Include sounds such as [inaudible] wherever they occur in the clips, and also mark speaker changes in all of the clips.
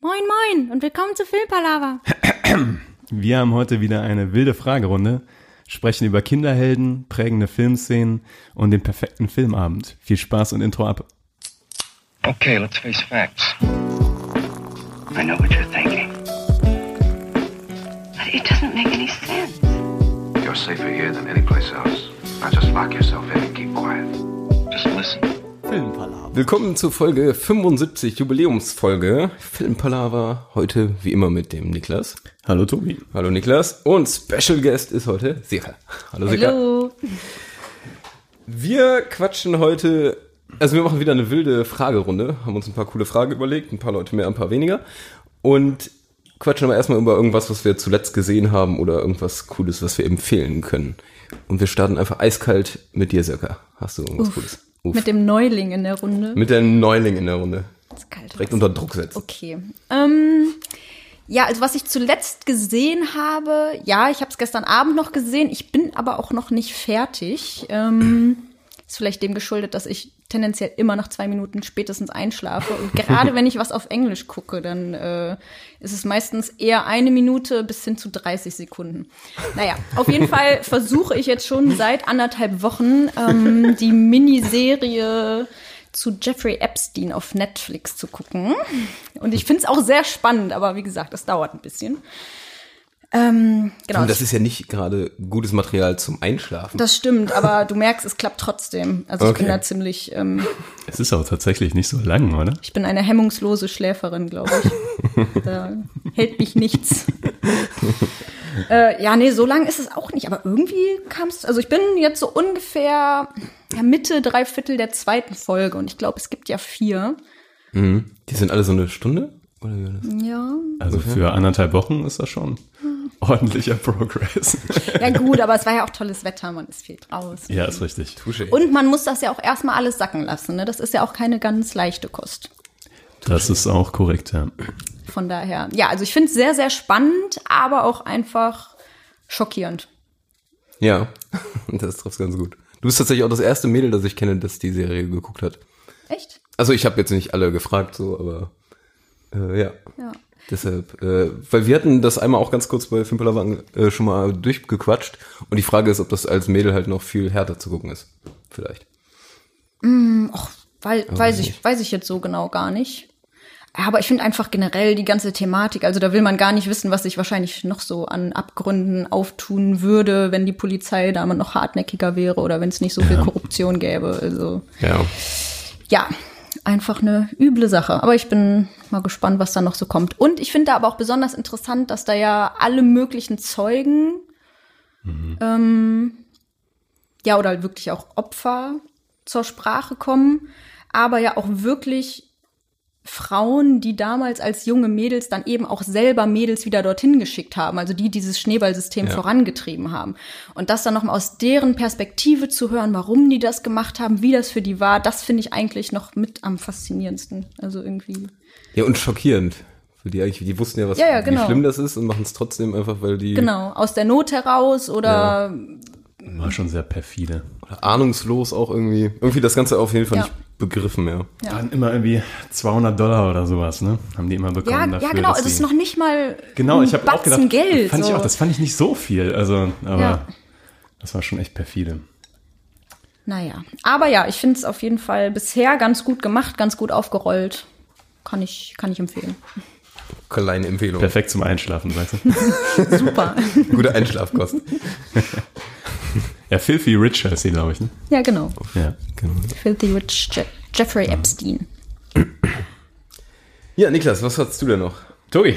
Speaker 1: Moin, moin und willkommen zu Filmpalava.
Speaker 2: Wir haben heute wieder eine wilde Fragerunde, sprechen über Kinderhelden, prägende Filmszenen und den perfekten Filmabend. Viel Spaß und Intro ab.
Speaker 3: Okay, let's face facts. I know what you're thinking.
Speaker 4: But it doesn't make any sense.
Speaker 5: You're safer here than anyplace else. Now just lock yourself in and keep quiet.
Speaker 3: Just listen.
Speaker 6: Willkommen zur Folge 75, Jubiläumsfolge. Filmpalaver, heute wie immer mit dem Niklas.
Speaker 2: Hallo Tobi.
Speaker 6: Hallo Niklas. Und Special Guest ist heute Sira. Hallo Sira.
Speaker 1: Hallo.
Speaker 6: Wir quatschen heute, also wir machen wieder eine wilde Fragerunde, haben uns ein paar coole Fragen überlegt, ein paar Leute mehr, ein paar weniger. Und quatschen aber erstmal über irgendwas, was wir zuletzt gesehen haben oder irgendwas Cooles, was wir empfehlen können. Und wir starten einfach eiskalt mit dir, Sirka. Hast du irgendwas Cooles? Uff.
Speaker 1: Mit dem Neuling in der Runde.
Speaker 6: mit deinem Neuling in der Runde.
Speaker 1: Ist kalt
Speaker 6: Direkt
Speaker 1: draußen.
Speaker 6: unter Druck setzen.
Speaker 1: Okay. Ähm, ja, also was ich zuletzt gesehen habe, ja, ich habe es gestern Abend noch gesehen, ich bin aber auch noch nicht fertig. Ähm, ist vielleicht dem geschuldet, dass ich tendenziell immer nach zwei Minuten spätestens einschlafe. Und gerade wenn ich was auf Englisch gucke, dann äh, ist es meistens eher eine Minute bis hin zu 30 Sekunden. Naja, auf jeden Fall
Speaker 6: [laughs]
Speaker 1: versuche ich jetzt schon seit anderthalb Wochen ähm, die Miniserie zu Jeffrey Epstein auf Netflix zu gucken. Und ich finde es auch sehr spannend, aber wie gesagt, es dauert ein bisschen. Ähm, genau.
Speaker 6: Und das ist ja nicht gerade gutes Material zum Einschlafen.
Speaker 1: das stimmt, aber du merkst, es klappt trotzdem. Also ich bin
Speaker 6: Okay.
Speaker 1: da ziemlich, ähm,
Speaker 2: Es ist auch tatsächlich nicht so lang, oder?
Speaker 1: ich bin eine hemmungslose Schläferin, glaube ich. da hält mich nichts. äh, ja, nee, so lang ist es auch nicht, aber irgendwie kam es, also ich bin jetzt so ungefähr ja, Mitte, Dreiviertel der zweiten Folge und ich glaube, es gibt ja vier.
Speaker 6: Die sind alle so eine Stunde? Oder wie war das?
Speaker 1: Ja,
Speaker 2: Also für anderthalb Wochen ist das schon ordentlicher [laughs] Progress.
Speaker 1: Ja gut, aber es war ja auch tolles Wetter, man ist viel draußen.
Speaker 2: ja, ist richtig.
Speaker 1: Und man muss das ja auch erstmal alles sacken lassen. Ne? Das ist ja auch keine ganz leichte Kost.
Speaker 2: Das ist auch korrekt, ja.
Speaker 1: Von daher, ja, also ich finde es sehr, sehr spannend, aber auch einfach schockierend.
Speaker 6: Ja, [laughs] das trifft ganz gut. Du bist tatsächlich auch das erste Mädel, das ich kenne, das die Serie geguckt hat.
Speaker 1: Echt?
Speaker 6: Also ich habe jetzt nicht alle gefragt, so, aber äh, ja.
Speaker 1: Ja.
Speaker 6: Deshalb, äh, weil wir hatten das einmal auch ganz kurz bei Fimpelavan äh, schon mal durchgequatscht und die Frage ist, ob das als Mädel halt noch viel härter zu gucken ist. Vielleicht.
Speaker 1: Weil, weiß, ich, weiß ich jetzt so genau gar nicht. Aber ich finde einfach generell die ganze Thematik, also da will man gar nicht wissen, was sich wahrscheinlich noch so an Abgründen auftun würde, wenn die Polizei da mal noch hartnäckiger wäre oder wenn es nicht so viel Korruption gäbe. Also
Speaker 6: Ja.
Speaker 1: ja, einfach eine üble Sache. Aber ich bin mal gespannt, was da noch so kommt. Und ich finde da aber auch besonders interessant, dass da ja alle möglichen Zeugen, ähm, ja, oder halt wirklich auch Opfer zur Sprache kommen, aber ja auch wirklich Frauen, die damals als junge Mädels dann eben auch selber Mädels wieder dorthin geschickt haben, also die dieses Schneeballsystem vorangetrieben haben. Und das dann nochmal aus deren Perspektive zu hören, warum die das gemacht haben, wie das für die war, das finde ich eigentlich noch mit am faszinierendsten. Also
Speaker 2: Hm.
Speaker 1: irgendwie.
Speaker 6: Ja, und schockierend. Für die eigentlich, die wussten ja, was
Speaker 1: Ja, ja, genau.
Speaker 6: wie schlimm das ist und machen es trotzdem einfach, weil die
Speaker 1: Genau, aus der Not heraus oder
Speaker 2: War schon sehr perfide.
Speaker 6: ahnungslos auch irgendwie, irgendwie das Ganze auf jeden Fall
Speaker 1: Ja.
Speaker 6: nicht begriffen, ja.
Speaker 1: Ja.
Speaker 2: Dann immer irgendwie 200 Dollar oder sowas, ne? Haben die immer bekommen
Speaker 1: ja,
Speaker 2: dafür.
Speaker 1: ja genau,
Speaker 2: dass
Speaker 1: es
Speaker 2: sie-
Speaker 1: ist noch nicht mal
Speaker 2: Genau,
Speaker 1: ein
Speaker 2: ich habe auch
Speaker 1: Batzen
Speaker 2: gedacht,
Speaker 1: Geld.
Speaker 2: fand
Speaker 1: so.
Speaker 2: ich auch, das fand ich nicht so viel, also, aber
Speaker 1: Ja.
Speaker 2: das war schon echt perfide.
Speaker 1: Naja, aber ja, ich finde es auf jeden Fall bisher ganz gut gemacht, ganz gut aufgerollt. Kann ich, kann ich empfehlen.
Speaker 6: Kleine Empfehlung.
Speaker 2: Perfekt zum Einschlafen, sagst du? [laughs]
Speaker 6: [laughs]
Speaker 1: Super.
Speaker 6: Gute [laughs] Einschlafkost.
Speaker 2: ja, Filthy Rich heißt sie, glaube ich, ne?
Speaker 1: ja, genau.
Speaker 2: Ja.
Speaker 1: Filthy Rich Je Jeffrey Epstein.
Speaker 6: ja, Niklas, was hast du denn noch?
Speaker 2: Tobi,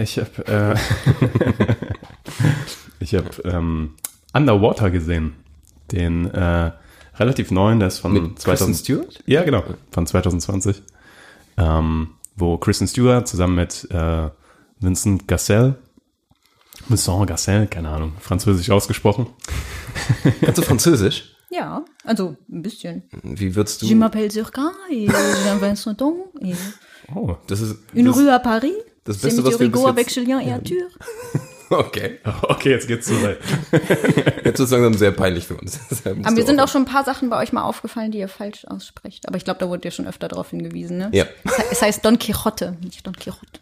Speaker 2: ich habe äh, [laughs] ich hab, ähm, Underwater gesehen, den äh, relativ neuen, der ist von
Speaker 6: Mit Kristen
Speaker 2: 2000
Speaker 6: Stewart?
Speaker 2: Ja, genau, von 2020, ähm, wo Kristen Stewart zusammen mit äh, Vincent Gassel, Vincent Gassel, keine Ahnung, französisch ausgesprochen,
Speaker 6: Kannst du Französisch?
Speaker 1: Ja, also ein bisschen.
Speaker 6: Wie würdest
Speaker 1: Je
Speaker 6: du.
Speaker 1: m'appelle Zurka
Speaker 6: [laughs]
Speaker 1: et j'avais son temps et
Speaker 2: oh,
Speaker 6: Das ist.
Speaker 1: une
Speaker 6: das,
Speaker 1: rue à Paris.
Speaker 6: das
Speaker 1: C'est
Speaker 6: Beste,
Speaker 1: mit
Speaker 6: was wir bis
Speaker 1: Rigaud
Speaker 6: jetzt-
Speaker 1: avec Julien et Arthur.
Speaker 6: [laughs] Okay.
Speaker 2: [laughs] okay, jetzt geht's zu weit.
Speaker 6: Jetzt ist es langsam sehr peinlich für uns. [laughs] Deshalb musst
Speaker 1: Aber Ah, mir
Speaker 6: du
Speaker 1: sind auch schon ein paar Sachen bei euch mal aufgefallen, die ihr falsch aussprecht. Aber ich glaube, da wurde ihr schon öfter darauf hingewiesen, ne?
Speaker 6: Ja.
Speaker 1: Es he- Es heißt Don Quixote, nicht Don Quixote.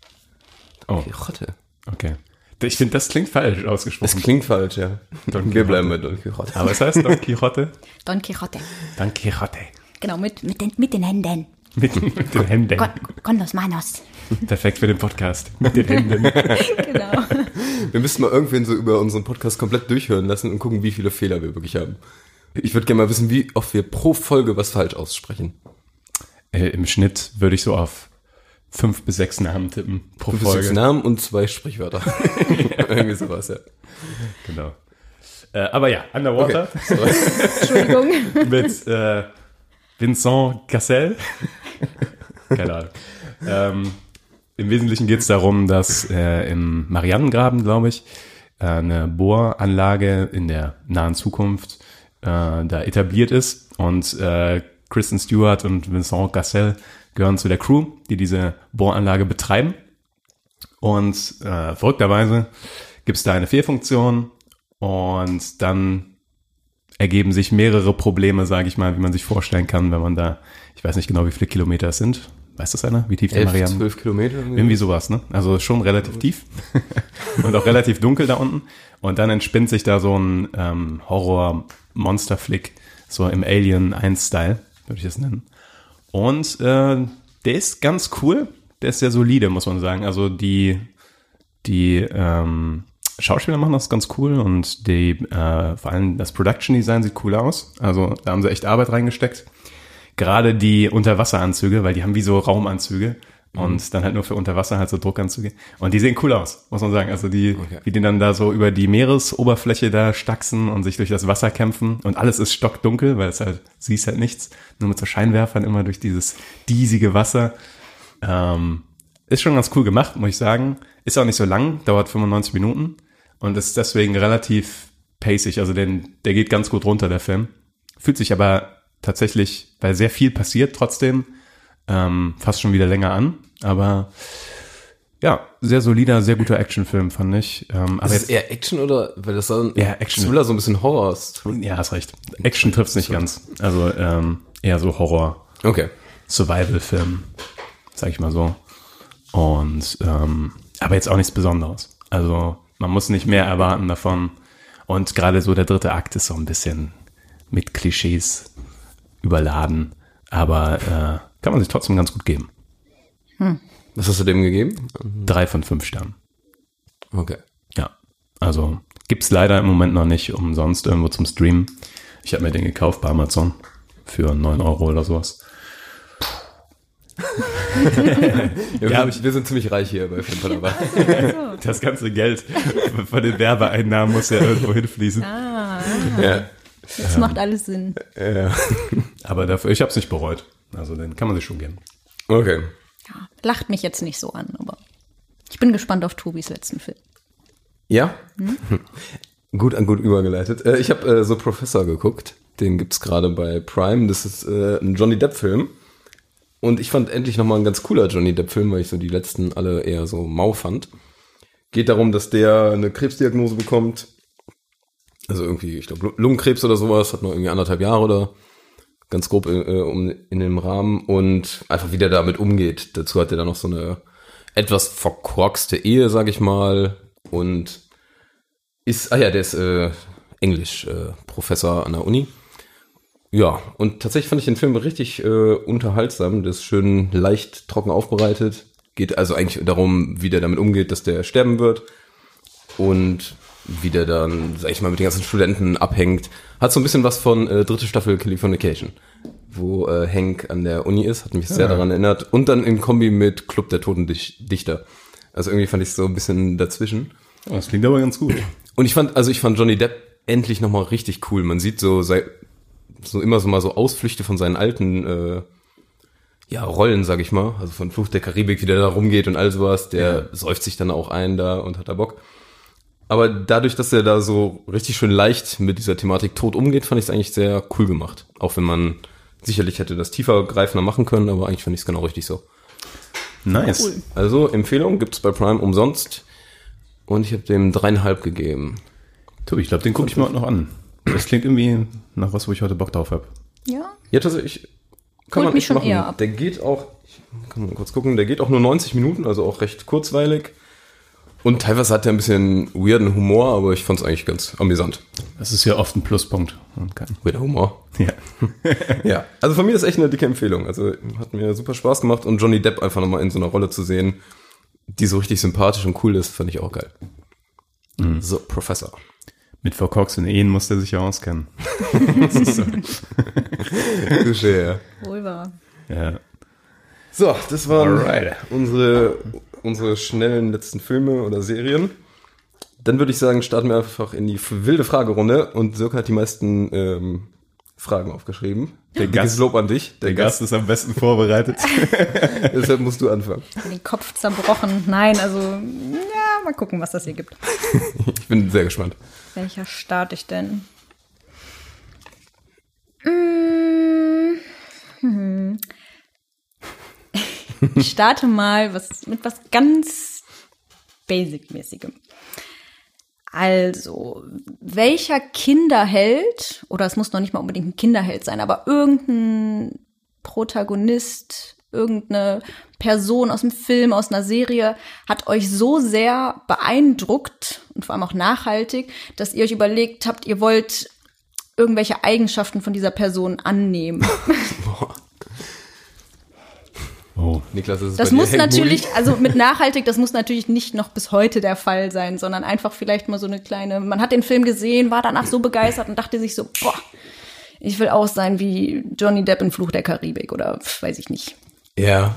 Speaker 2: Oh,
Speaker 6: Rotte.
Speaker 2: okay. Ich finde, das klingt falsch
Speaker 6: Das
Speaker 2: ausgesprochen.
Speaker 6: klingt falsch, ja.
Speaker 2: Don
Speaker 6: Wir bleiben bei Don Quixote.
Speaker 2: Aber es heißt Don Quixote.
Speaker 1: Don Quixote.
Speaker 2: [laughs] Don Quixote.
Speaker 1: Genau, mit, mit, den, mit den Händen.
Speaker 2: Mit, mit den Händen.
Speaker 1: Con, con los manos.
Speaker 2: Perfekt für den Podcast. Mit den Händen.
Speaker 1: Genau.
Speaker 6: Wir müssten mal irgendwen so über unseren Podcast komplett durchhören lassen und gucken, wie viele Fehler wir wirklich haben. Ich würde gerne mal wissen, wie oft wir pro Folge was falsch aussprechen.
Speaker 2: äh, Im Schnitt würde ich so auf fünf bis sechs Namen tippen pro
Speaker 6: Du bist
Speaker 2: Folge.
Speaker 6: jetzt Namen und zwei Sprichwörter. [laughs] Irgendwie sowas, ja.
Speaker 2: Genau. Äh, aber ja, Underwater
Speaker 1: [laughs] Entschuldigung.
Speaker 2: [laughs] mit äh, Vincent [laughs] Cassel. Keine Ahnung. Ähm, Im Wesentlichen geht es darum, dass äh, im Marianengraben, glaube ich, äh, eine Bohranlage in der nahen Zukunft äh, da etabliert ist. Und äh, Kristen Stewart und Vincent Cassel gehören zu der Crew, die diese Bohranlage betreiben. Und äh, verrückterweise gibt es da eine Fehlfunktion und dann ergeben sich mehrere Probleme, sage ich mal, wie man sich vorstellen kann, wenn man da, ich weiß nicht genau, wie viele Kilometer es sind. Weiß das einer? Wie tief der
Speaker 6: Elf,
Speaker 2: Marianne?
Speaker 6: zwölf Kilometer.
Speaker 2: Irgendwie sowas, ne? Also schon relativ tief und auch relativ dunkel da unten. Und dann entspinnt sich da so ein ähm, Horror-Monster-Flick, so im Alien 1-Style, würde ich es nennen. Und äh, der ist ganz cool, der ist sehr solide, muss man sagen. Also die, die ähm, Schauspieler machen das ganz cool und die, äh, vor allem das Production-Design sieht cool aus. Also da haben sie echt Arbeit reingesteckt gerade die Unterwasseranzüge, weil die haben wie so Raumanzüge und dann halt nur für Unterwasser halt so Druckanzüge. Und die sehen cool aus, muss man sagen. Also die,
Speaker 6: Okay.
Speaker 2: wie die dann da so über die Meeresoberfläche da staxen und sich durch das Wasser kämpfen und alles ist stockdunkel, weil es halt, siehst halt nichts. Nur mit so Scheinwerfern immer durch dieses diesige Wasser. Ähm, ist schon ganz cool gemacht, muss ich sagen. Ist auch nicht so lang, dauert 95 Minuten und ist deswegen relativ pacig. Also den, der geht ganz gut runter, der Film. Fühlt sich aber tatsächlich, weil sehr viel passiert trotzdem, ähm, fast schon wieder länger an. Aber ja, sehr solider, sehr guter Actionfilm, fand ich. Ähm, aber
Speaker 6: Ist es
Speaker 2: jetzt,
Speaker 6: eher Action oder? Weil das soll ein
Speaker 2: Ja, Action.
Speaker 6: Thriller so ein bisschen Horror. Thriller.
Speaker 2: ja, hast recht. Action trifft's nicht ganz. Also ähm, eher so Horror.
Speaker 6: Okay.
Speaker 2: Survival-Film, sag ich mal so. Und ähm, aber jetzt auch nichts Besonderes. Also man muss nicht mehr erwarten davon. Und gerade so der dritte Akt ist so ein bisschen mit Klischees überladen. Aber äh, kann man sich trotzdem ganz gut geben.
Speaker 6: Was hast du dem gegeben?
Speaker 2: Drei von fünf Sternen.
Speaker 6: Okay.
Speaker 2: Ja. Also gibt's leider im Moment noch nicht umsonst irgendwo zum Streamen. Ich habe mir den gekauft bei Amazon für 9 Euro oder sowas.
Speaker 6: Ja, wir,
Speaker 2: hab
Speaker 6: sind, wir sind ziemlich reich hier bei Film von Arbeit.
Speaker 2: Das ganze Geld [laughs] von den Werbeeinnahmen muss ja irgendwo hinfließen.
Speaker 6: Ja.
Speaker 1: Das macht alles Sinn.
Speaker 2: Aber dafür, ich habe es nicht bereut. Also den kann man sich schon geben.
Speaker 6: Okay.
Speaker 1: Ja, lacht mich jetzt nicht so an, aber ich bin gespannt auf Tobis letzten Film.
Speaker 6: Ja. [laughs] Gut an gut übergeleitet. Äh, ich habe äh, so Professor geguckt. Den gibt's gerade bei Prime. Das ist äh, ein Johnny Depp Film. Und ich fand endlich nochmal ein ganz cooler Johnny Depp Film, weil ich so die letzten alle eher so mau fand. Geht darum, dass der eine Krebsdiagnose bekommt. Also irgendwie, ich glaube, Lungenkrebs oder sowas, hat noch irgendwie anderthalb Jahre oder ganz grob äh, um, in dem Rahmen und einfach wie der damit umgeht. Dazu hat er dann noch so eine etwas verkorkste Ehe, sag ich mal, und ist, ah ja, der ist äh, Englisch, äh, Professor an der Uni. Ja, und tatsächlich fand ich den Film richtig äh, unterhaltsam. Der ist schön leicht trocken aufbereitet. Geht also eigentlich darum, wie der damit umgeht, dass der sterben wird und wie der dann, sag ich mal, mit den ganzen Studenten abhängt. Hat so ein bisschen was von äh, dritte Staffel Californication, wo äh, Hank an der Uni ist, hat mich sehr daran erinnert. Und dann in Kombi mit Club der Toten Dich- Dichter. Also irgendwie fand ich es so ein bisschen dazwischen.
Speaker 2: Oh, Das klingt aber ganz gut.
Speaker 6: Und ich fand, also ich fand Johnny Depp endlich nochmal richtig cool. Man sieht so, sei, so immer so mal so Ausflüchte von seinen alten äh, ja, Rollen, sag ich mal. Also von Fluch der Karibik, wie der da rumgeht und all sowas. Der säuft sich dann auch ein da und hat da Bock. Aber dadurch, dass er da so richtig schön leicht mit dieser Thematik tot umgeht, fand ich es eigentlich sehr cool gemacht. Auch wenn man sicherlich hätte das tiefer greifender machen können, aber eigentlich fand ich es genau richtig so.
Speaker 2: Nice.
Speaker 6: Also Empfehlung gibt's bei Prime umsonst. Und ich habe dem dreieinhalb gegeben.
Speaker 2: Tobi, ich glaube, den gucke ich mir heute noch an. Das klingt irgendwie nach was, wo ich heute Bock drauf habe.
Speaker 1: Ja,
Speaker 6: Ja, tatsächlich. Kann
Speaker 1: Holt
Speaker 6: man
Speaker 1: mich
Speaker 6: echt
Speaker 1: schon
Speaker 6: machen.
Speaker 1: eher ab.
Speaker 6: Der geht auch, ich kann mal kurz gucken, der geht auch nur 90 Minuten, also auch recht kurzweilig. Und teilweise hat er ein bisschen weirden Humor, aber ich fand es eigentlich ganz amüsant.
Speaker 2: Das ist ja oft ein Pluspunkt. Und kein-
Speaker 6: Weirder Humor.
Speaker 2: [laughs] Ja.
Speaker 6: Ja, also von mir ist echt eine dicke Empfehlung. Also hat mir super Spaß gemacht und Johnny Depp einfach nochmal in so einer Rolle zu sehen, die so richtig sympathisch und cool ist, fand ich auch geil. So, Professor.
Speaker 2: Mit Frau Cox und Ehen muss der sich ja auskennen.
Speaker 6: Touché, ja.
Speaker 1: Wohl wahr.
Speaker 2: Ja.
Speaker 6: So, das waren
Speaker 2: Alright.
Speaker 6: unsere, unsere schnellen letzten Filme oder Serien. Dann würde ich sagen, starten wir einfach in die wilde Fragerunde und Sirka hat die meisten ähm, Fragen aufgeschrieben. Der
Speaker 2: Gast-
Speaker 6: Lob an dich.
Speaker 2: Der Gast ist am besten [laughs] vorbereitet.
Speaker 6: Deshalb musst du anfangen.
Speaker 1: Den Kopf zerbrochen. Nein, also, ja, mal gucken, was das hier gibt.
Speaker 6: Ich bin sehr gespannt.
Speaker 1: Welcher starte ich denn? Mm, hm. Ich starte mal was, mit was ganz Basic-mäßigem. Also, welcher Kinderheld, oder es muss noch nicht mal unbedingt ein Kinderheld sein, aber irgendein Protagonist, irgendeine Person aus dem Film, aus einer Serie, hat euch so sehr beeindruckt und vor allem auch nachhaltig, dass ihr euch überlegt habt, ihr wollt irgendwelche Eigenschaften von dieser Person annehmen.
Speaker 2: Oh.
Speaker 6: Niklas, ist es
Speaker 1: Das
Speaker 6: bei dir
Speaker 1: muss
Speaker 6: Hank Moody?
Speaker 1: natürlich, also mit nachhaltig, das muss natürlich nicht noch bis heute der Fall sein, sondern einfach vielleicht mal so eine kleine, man hat den Film gesehen, war danach so begeistert und dachte sich so, boah, ich will auch sein wie Johnny Depp in Fluch der Karibik oder pf, weiß ich nicht.
Speaker 6: Ja.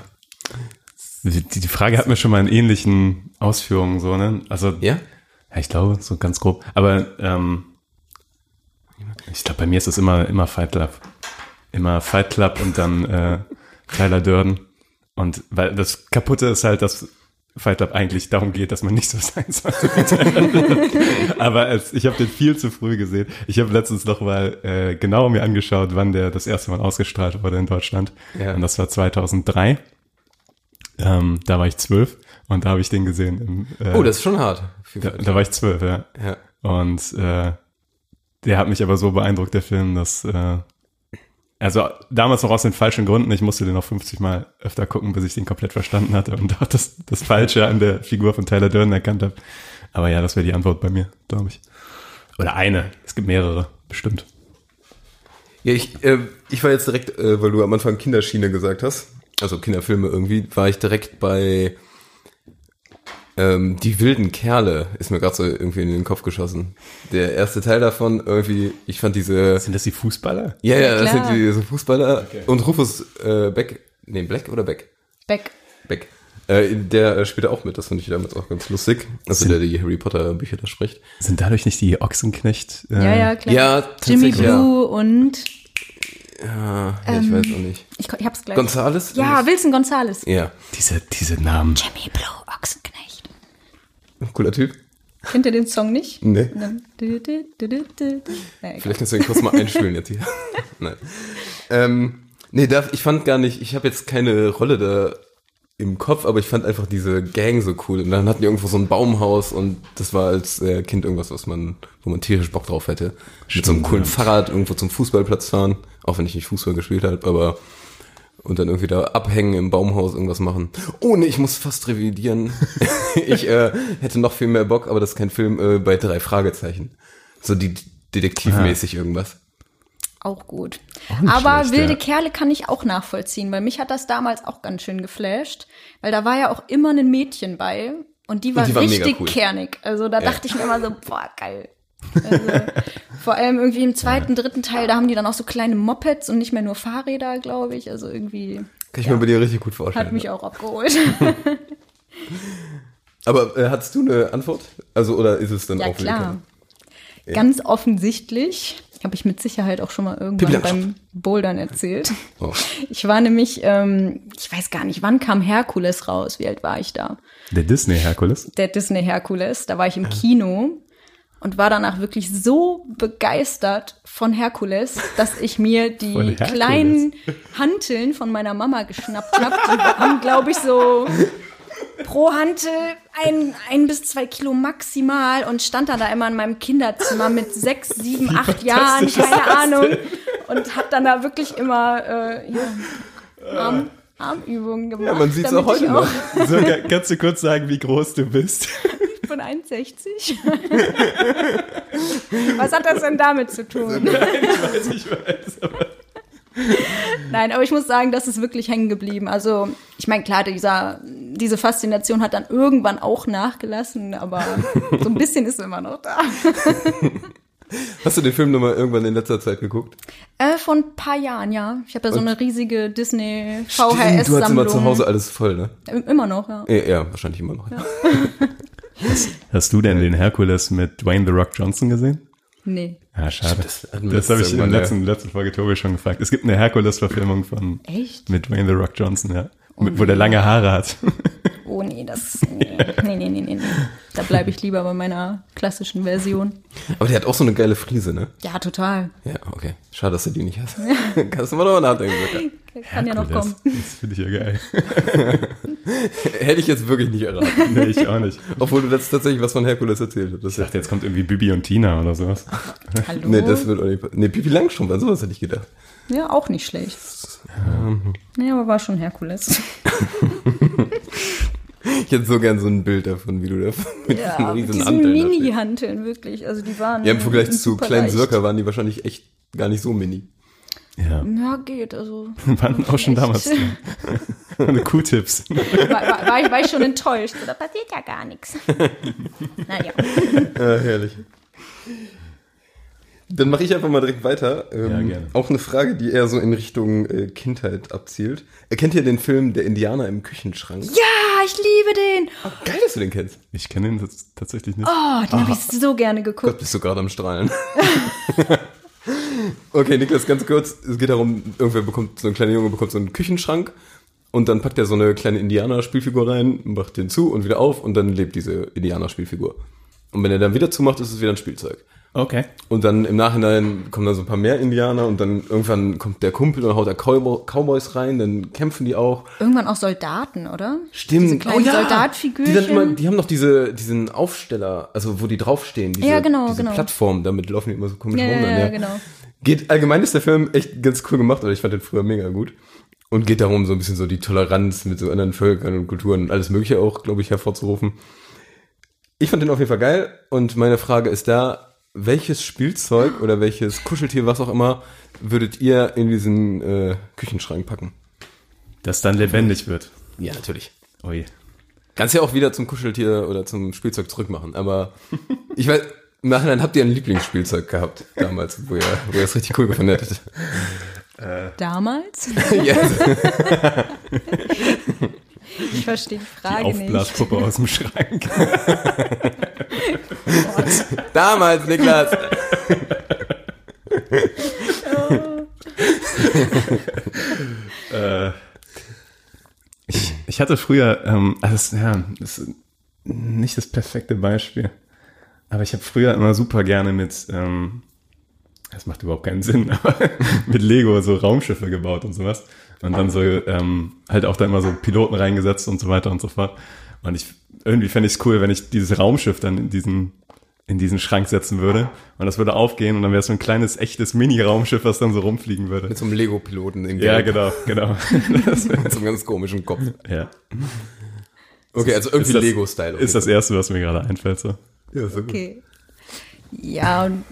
Speaker 2: Die, die Frage hatten wir schon mal in ähnlichen Ausführungen, so, ne? Also,
Speaker 6: Ja?
Speaker 2: Ja, ich glaube, so ganz grob. Aber ähm, ich glaube, bei mir ist es immer, immer Fight Club. Immer Fight Club und dann äh, Tyler Durden. Und weil das Kaputte ist halt, dass Fight Club eigentlich darum geht, dass man nicht so [laughs] sein sollte. wie Tyler Durden. Aber es, ich habe den viel zu früh gesehen. Ich habe letztens noch mal äh, genau mir angeschaut, wann der das erste Mal ausgestrahlt wurde in Deutschland.
Speaker 6: Ja.
Speaker 2: Und das war 2003. Ähm, da war ich zwölf und da habe ich den gesehen. Im, äh,
Speaker 6: Oh, das ist schon hart.
Speaker 2: da, da war ich zwölf, ja.
Speaker 6: Ja.
Speaker 2: Und äh, der hat mich aber so beeindruckt, der Film, dass äh, also damals noch aus den falschen Gründen, ich musste den noch 50 Mal öfter gucken, bis ich den komplett verstanden hatte und [laughs] auch das, das Falsche an der Figur von Tyler Durden erkannt habe. Aber ja, das wäre die Antwort bei mir, glaube ich. Oder eine. Es gibt mehrere, bestimmt.
Speaker 6: Ja, ich, äh, ich war jetzt direkt, äh, weil du am Anfang Kinderschiene gesagt hast, also Kinderfilme irgendwie, war ich direkt bei ähm, Die wilden Kerle, ist mir gerade so irgendwie in den Kopf geschossen. Der erste Teil davon, irgendwie, ich fand diese,
Speaker 2: Sind das die Fußballer?
Speaker 6: ja, ja, das
Speaker 1: klar.
Speaker 6: sind diese Fußballer und Rufus äh, Beck, nee, Black oder Beck?
Speaker 1: Beck.
Speaker 6: Beck. Äh, der äh, spielt da auch mit, das fand ich damals auch ganz lustig. Also der die Harry Potter Bücher da spricht.
Speaker 2: Sind dadurch nicht die Ochsenknecht? Äh,
Speaker 1: Ja, ja, klar.
Speaker 6: Ja,
Speaker 1: Ähm, Jimmy
Speaker 6: tatsächlich, ja.
Speaker 1: Blue und
Speaker 6: Ah, ja, ich weiß auch nicht.
Speaker 1: ich, ich hab's gleich.
Speaker 6: Gonzales?
Speaker 1: ja, Wilson Gonzales.
Speaker 6: Ja,
Speaker 2: Diese, diese Namen.
Speaker 1: Jimmy Blue, Ochsenknecht.
Speaker 6: cooler Typ. ne?
Speaker 1: Kennt ihr den Song nicht?
Speaker 6: Nee.
Speaker 1: Du, du, du, du, du, du. Na, egal.
Speaker 6: Hm. Vielleicht kannst du den kurz mal einspielen jetzt hier. [laughs] Nein. Ähm, nee, da, ich fand gar nicht, ich habe jetzt keine Rolle da im Kopf, aber ich fand einfach diese Gang so cool. Und dann hatten die irgendwo so ein Baumhaus und das war als äh, Kind irgendwas, was man, wo man tierisch Bock drauf hätte. Mit so einem coolen Fahrrad irgendwo zum Fußballplatz fahren, auch wenn ich nicht Fußball gespielt habe, aber und dann irgendwie da abhängen im Baumhaus, irgendwas machen. Oh nee, ich muss fast revidieren. ich äh, hätte noch viel mehr Bock, aber das ist kein Film äh, bei drei Fragezeichen. So die detektivmäßig irgendwas.
Speaker 1: Auch gut.
Speaker 2: nicht
Speaker 1: Aber
Speaker 2: schlecht,
Speaker 1: wilde
Speaker 2: ja.
Speaker 1: Kerle kann ich auch nachvollziehen, weil mich hat das damals auch ganz schön geflasht, weil da war ja auch immer ein Mädchen bei und die war,
Speaker 6: die war mega
Speaker 1: richtig
Speaker 6: cool.
Speaker 1: kernig. Also da dachte ich mir immer so, boah, geil. Also, [laughs] vor allem irgendwie im zweiten, dritten Teil, da haben die dann auch so kleine Mopeds und nicht mehr nur Fahrräder, glaube ich. Also irgendwie
Speaker 6: Kann ich mir bei dir richtig gut vorstellen.
Speaker 1: hat mich auch abgeholt.
Speaker 6: aber äh, hattest du eine Antwort? Also oder ist es dann
Speaker 1: Ja,
Speaker 6: auch
Speaker 1: klar. Ganz offensichtlich, habe ich mit Sicherheit auch schon mal irgendwann beim Bouldern erzählt.
Speaker 6: Oh.
Speaker 1: Ich war nämlich, ähm, ich weiß gar nicht, wann kam Herkules raus? Wie alt war ich da?
Speaker 2: Der
Speaker 6: [laughs]
Speaker 2: Disney-Herkules?
Speaker 1: Der Disney Herkules, da war ich im Kino und war danach wirklich so begeistert von Herkules, dass ich mir
Speaker 2: Von
Speaker 1: die
Speaker 2: Herkules.
Speaker 1: kleinen Hanteln von meiner Mama geschnappt habe. Die haben, glaube ich, so pro Hantel ein, ein bis zwei Kilo maximal und stand dann da immer in meinem Kinderzimmer mit sechs, sieben, acht Jahren, keine Ahnung. Und hab dann da wirklich immer äh, ja, Arm, Armübungen gemacht.
Speaker 6: Äh. Ja, man sieht's
Speaker 1: damit
Speaker 6: auch heute
Speaker 1: ich
Speaker 6: noch.
Speaker 2: So, kannst du kurz sagen, wie groß du bist?
Speaker 1: von 61. [laughs] Was hat das denn damit zu tun?
Speaker 6: Ich weiß.
Speaker 1: Nein, aber ich muss sagen, das ist wirklich hängen geblieben. Also, ich meine, klar, dieser, diese Faszination hat dann irgendwann auch
Speaker 6: [laughs]
Speaker 1: nachgelassen, aber so ein bisschen ist immer noch da.
Speaker 6: Hast du den Film nochmal irgendwann in letzter Zeit geguckt?
Speaker 1: Äh, vor ein paar Jahren, ja. Ich habe ja so eine riesige
Speaker 6: Stimmt, du hast
Speaker 1: Disney-VHS-Sammlung.
Speaker 6: immer zu Hause alles voll, ne?
Speaker 1: Immer noch, ja.
Speaker 6: Ja, ja wahrscheinlich immer noch.
Speaker 2: Hast du denn den Herkules mit Dwayne The Rock Johnson gesehen?
Speaker 1: Nee.
Speaker 2: Ja, schade.
Speaker 6: Das
Speaker 2: Das,
Speaker 6: hatten wir
Speaker 2: habe ich
Speaker 6: letztes
Speaker 2: in der
Speaker 6: Mal, ja.
Speaker 2: letzten, letzten Folge Tobi schon gefragt. Es gibt eine Herkules-Verfilmung von
Speaker 1: Echt?
Speaker 2: mit Dwayne The Rock Johnson, ja. Mit- wo der lange Haare hat.
Speaker 1: Oh nee, das. Nee, nee, nee, nee, nee. nee. Da bleibe ich lieber bei meiner klassischen Version.
Speaker 6: Aber der hat auch so eine geile Frise, ne?
Speaker 1: Ja, total.
Speaker 6: Ja, okay. Schade, dass du die nicht hast. [laughs] Kannst du mal drüber nachdenken.
Speaker 1: Kann ja noch kommen.
Speaker 2: Das, [laughs] das finde ich ja geil.
Speaker 6: Äh, Hätte ich jetzt wirklich nicht erraten.
Speaker 1: [laughs]
Speaker 2: nee, ich auch nicht. Ich
Speaker 6: Obwohl du jetzt tatsächlich was von Herkules erzählt hast. Das ist ja-
Speaker 2: dachte, jetzt kommt irgendwie Bibi und Tina oder sowas.
Speaker 1: Hallo?
Speaker 6: Nee, das wird auch nicht. Nee, Pipi Langstrumpf, an sowas hätte ich gedacht.
Speaker 1: ja, auch nicht schlecht. Ja, aber war schon
Speaker 6: [laughs]
Speaker 1: Herkules.
Speaker 6: Ich hätte so gern so ein Bild davon, wie du da mit diesen
Speaker 1: Ja, mit
Speaker 6: riesen
Speaker 1: diesen
Speaker 6: Hanteln. da stehst.
Speaker 1: Mini-Hanteln, wirklich. Also die waren.
Speaker 6: Ja, im Vergleich zu
Speaker 1: super
Speaker 6: kleinen
Speaker 1: leicht.
Speaker 6: Sirker waren die wahrscheinlich echt gar nicht so mini.
Speaker 2: Ja.
Speaker 1: Ja, geht. Also
Speaker 2: Waren auch schon damals. Eine Q-Tipps.
Speaker 1: war, war, war, ich, war ich schon enttäuscht. Da passiert ja
Speaker 6: [laughs]
Speaker 1: gar nichts. Naja.
Speaker 6: Ja, herrlich. Dann mache ich einfach mal direkt weiter. Ähm,
Speaker 2: Ja, gerne.
Speaker 6: Auch eine Frage, die eher so in Richtung äh, Kindheit abzielt. Erkennt ihr den Film Der Indianer im Küchenschrank?
Speaker 1: Ja, ich liebe den.
Speaker 6: Geil, dass du den kennst.
Speaker 2: Ich kenne ihn tats- tatsächlich nicht.
Speaker 1: Oh, den habe ich so gerne
Speaker 6: Gott,
Speaker 1: geguckt.
Speaker 6: bist du gerade am Strahlen. [laughs] okay, Niklas, ganz kurz. Es geht darum, irgendwer bekommt, so ein kleiner Junge bekommt so einen Küchenschrank und dann packt er so eine kleine Indianer-Spielfigur rein, macht den zu und wieder auf und dann lebt diese Indianer-Spielfigur. Und wenn er dann wieder zumacht, ist es wieder ein Spielzeug.
Speaker 2: Okay.
Speaker 6: Und dann im Nachhinein kommen dann so ein paar mehr Indianer und dann irgendwann kommt der Kumpel und haut da Cowboy- Cowboys rein, dann kämpfen die auch.
Speaker 1: Irgendwann auch Soldaten, oder?
Speaker 6: Stimmt. Oh
Speaker 1: Diese kleinen Soldatfigürchen.
Speaker 6: Die, dann immer, die haben noch diese, diesen Aufsteller, also wo die draufstehen, diese,
Speaker 1: Ja, genau,
Speaker 6: diese
Speaker 1: genau.
Speaker 6: Plattform, damit laufen die immer so komisch
Speaker 1: Ja,
Speaker 6: rum.
Speaker 1: ja,
Speaker 6: dann,
Speaker 1: ja, genau.
Speaker 6: Geht, allgemein ist der Film echt ganz cool gemacht, oder ich fand den früher mega gut. Und geht darum, so ein bisschen so die Toleranz mit so anderen Völkern und Kulturen und alles Mögliche auch, glaube ich, hervorzurufen. Ich fand den auf jeden Fall geil und meine Frage ist da, welches Spielzeug oder welches Kuscheltier, was auch immer, würdet ihr in diesen äh, Küchenschrank packen?
Speaker 2: Dass dann lebendig wird.
Speaker 6: Ja, natürlich.
Speaker 2: Ui.
Speaker 6: Kannst ja auch wieder zum Kuscheltier oder zum Spielzeug zurückmachen, aber ich weiß, im Nachhinein habt ihr ein Lieblingsspielzeug gehabt damals, wo ihr, wo ihr es richtig cool gefunden hättet. [laughs] also
Speaker 1: Damals?
Speaker 6: Yes.
Speaker 1: Ich verstehe die Frage nicht.
Speaker 2: Aufblaspuppe aus dem Schrank.
Speaker 6: Damals, Niklas!
Speaker 2: Ich, ich hatte früher, ähm, also das, ja, das ist nicht das perfekte Beispiel, aber ich habe früher immer super gerne mit, ähm, das macht überhaupt keinen Sinn, [laughs] aber mit Lego so Raumschiffe gebaut und sowas und dann so ähm, halt auch da immer so Piloten reingesetzt und so weiter und so fort. Und ich irgendwie fände ich es cool, wenn ich dieses Raumschiff dann in diesen in diesen Schrank setzen würde und das würde aufgehen und dann wäre es so ein kleines echtes Mini-Raumschiff, was dann so rumfliegen würde.
Speaker 6: Mit so einem Lego-Piloten in
Speaker 2: Ja, genau, genau. [laughs] Das wär,
Speaker 6: Mit so einem ganz komischen Kopf.
Speaker 2: ja.
Speaker 6: Okay, also
Speaker 2: Ist
Speaker 6: irgendwie
Speaker 2: das-
Speaker 6: Lego-Style.
Speaker 2: Ist das erste, was mir gerade einfällt. So.
Speaker 6: Ja, so gut.
Speaker 1: Okay. Ja, und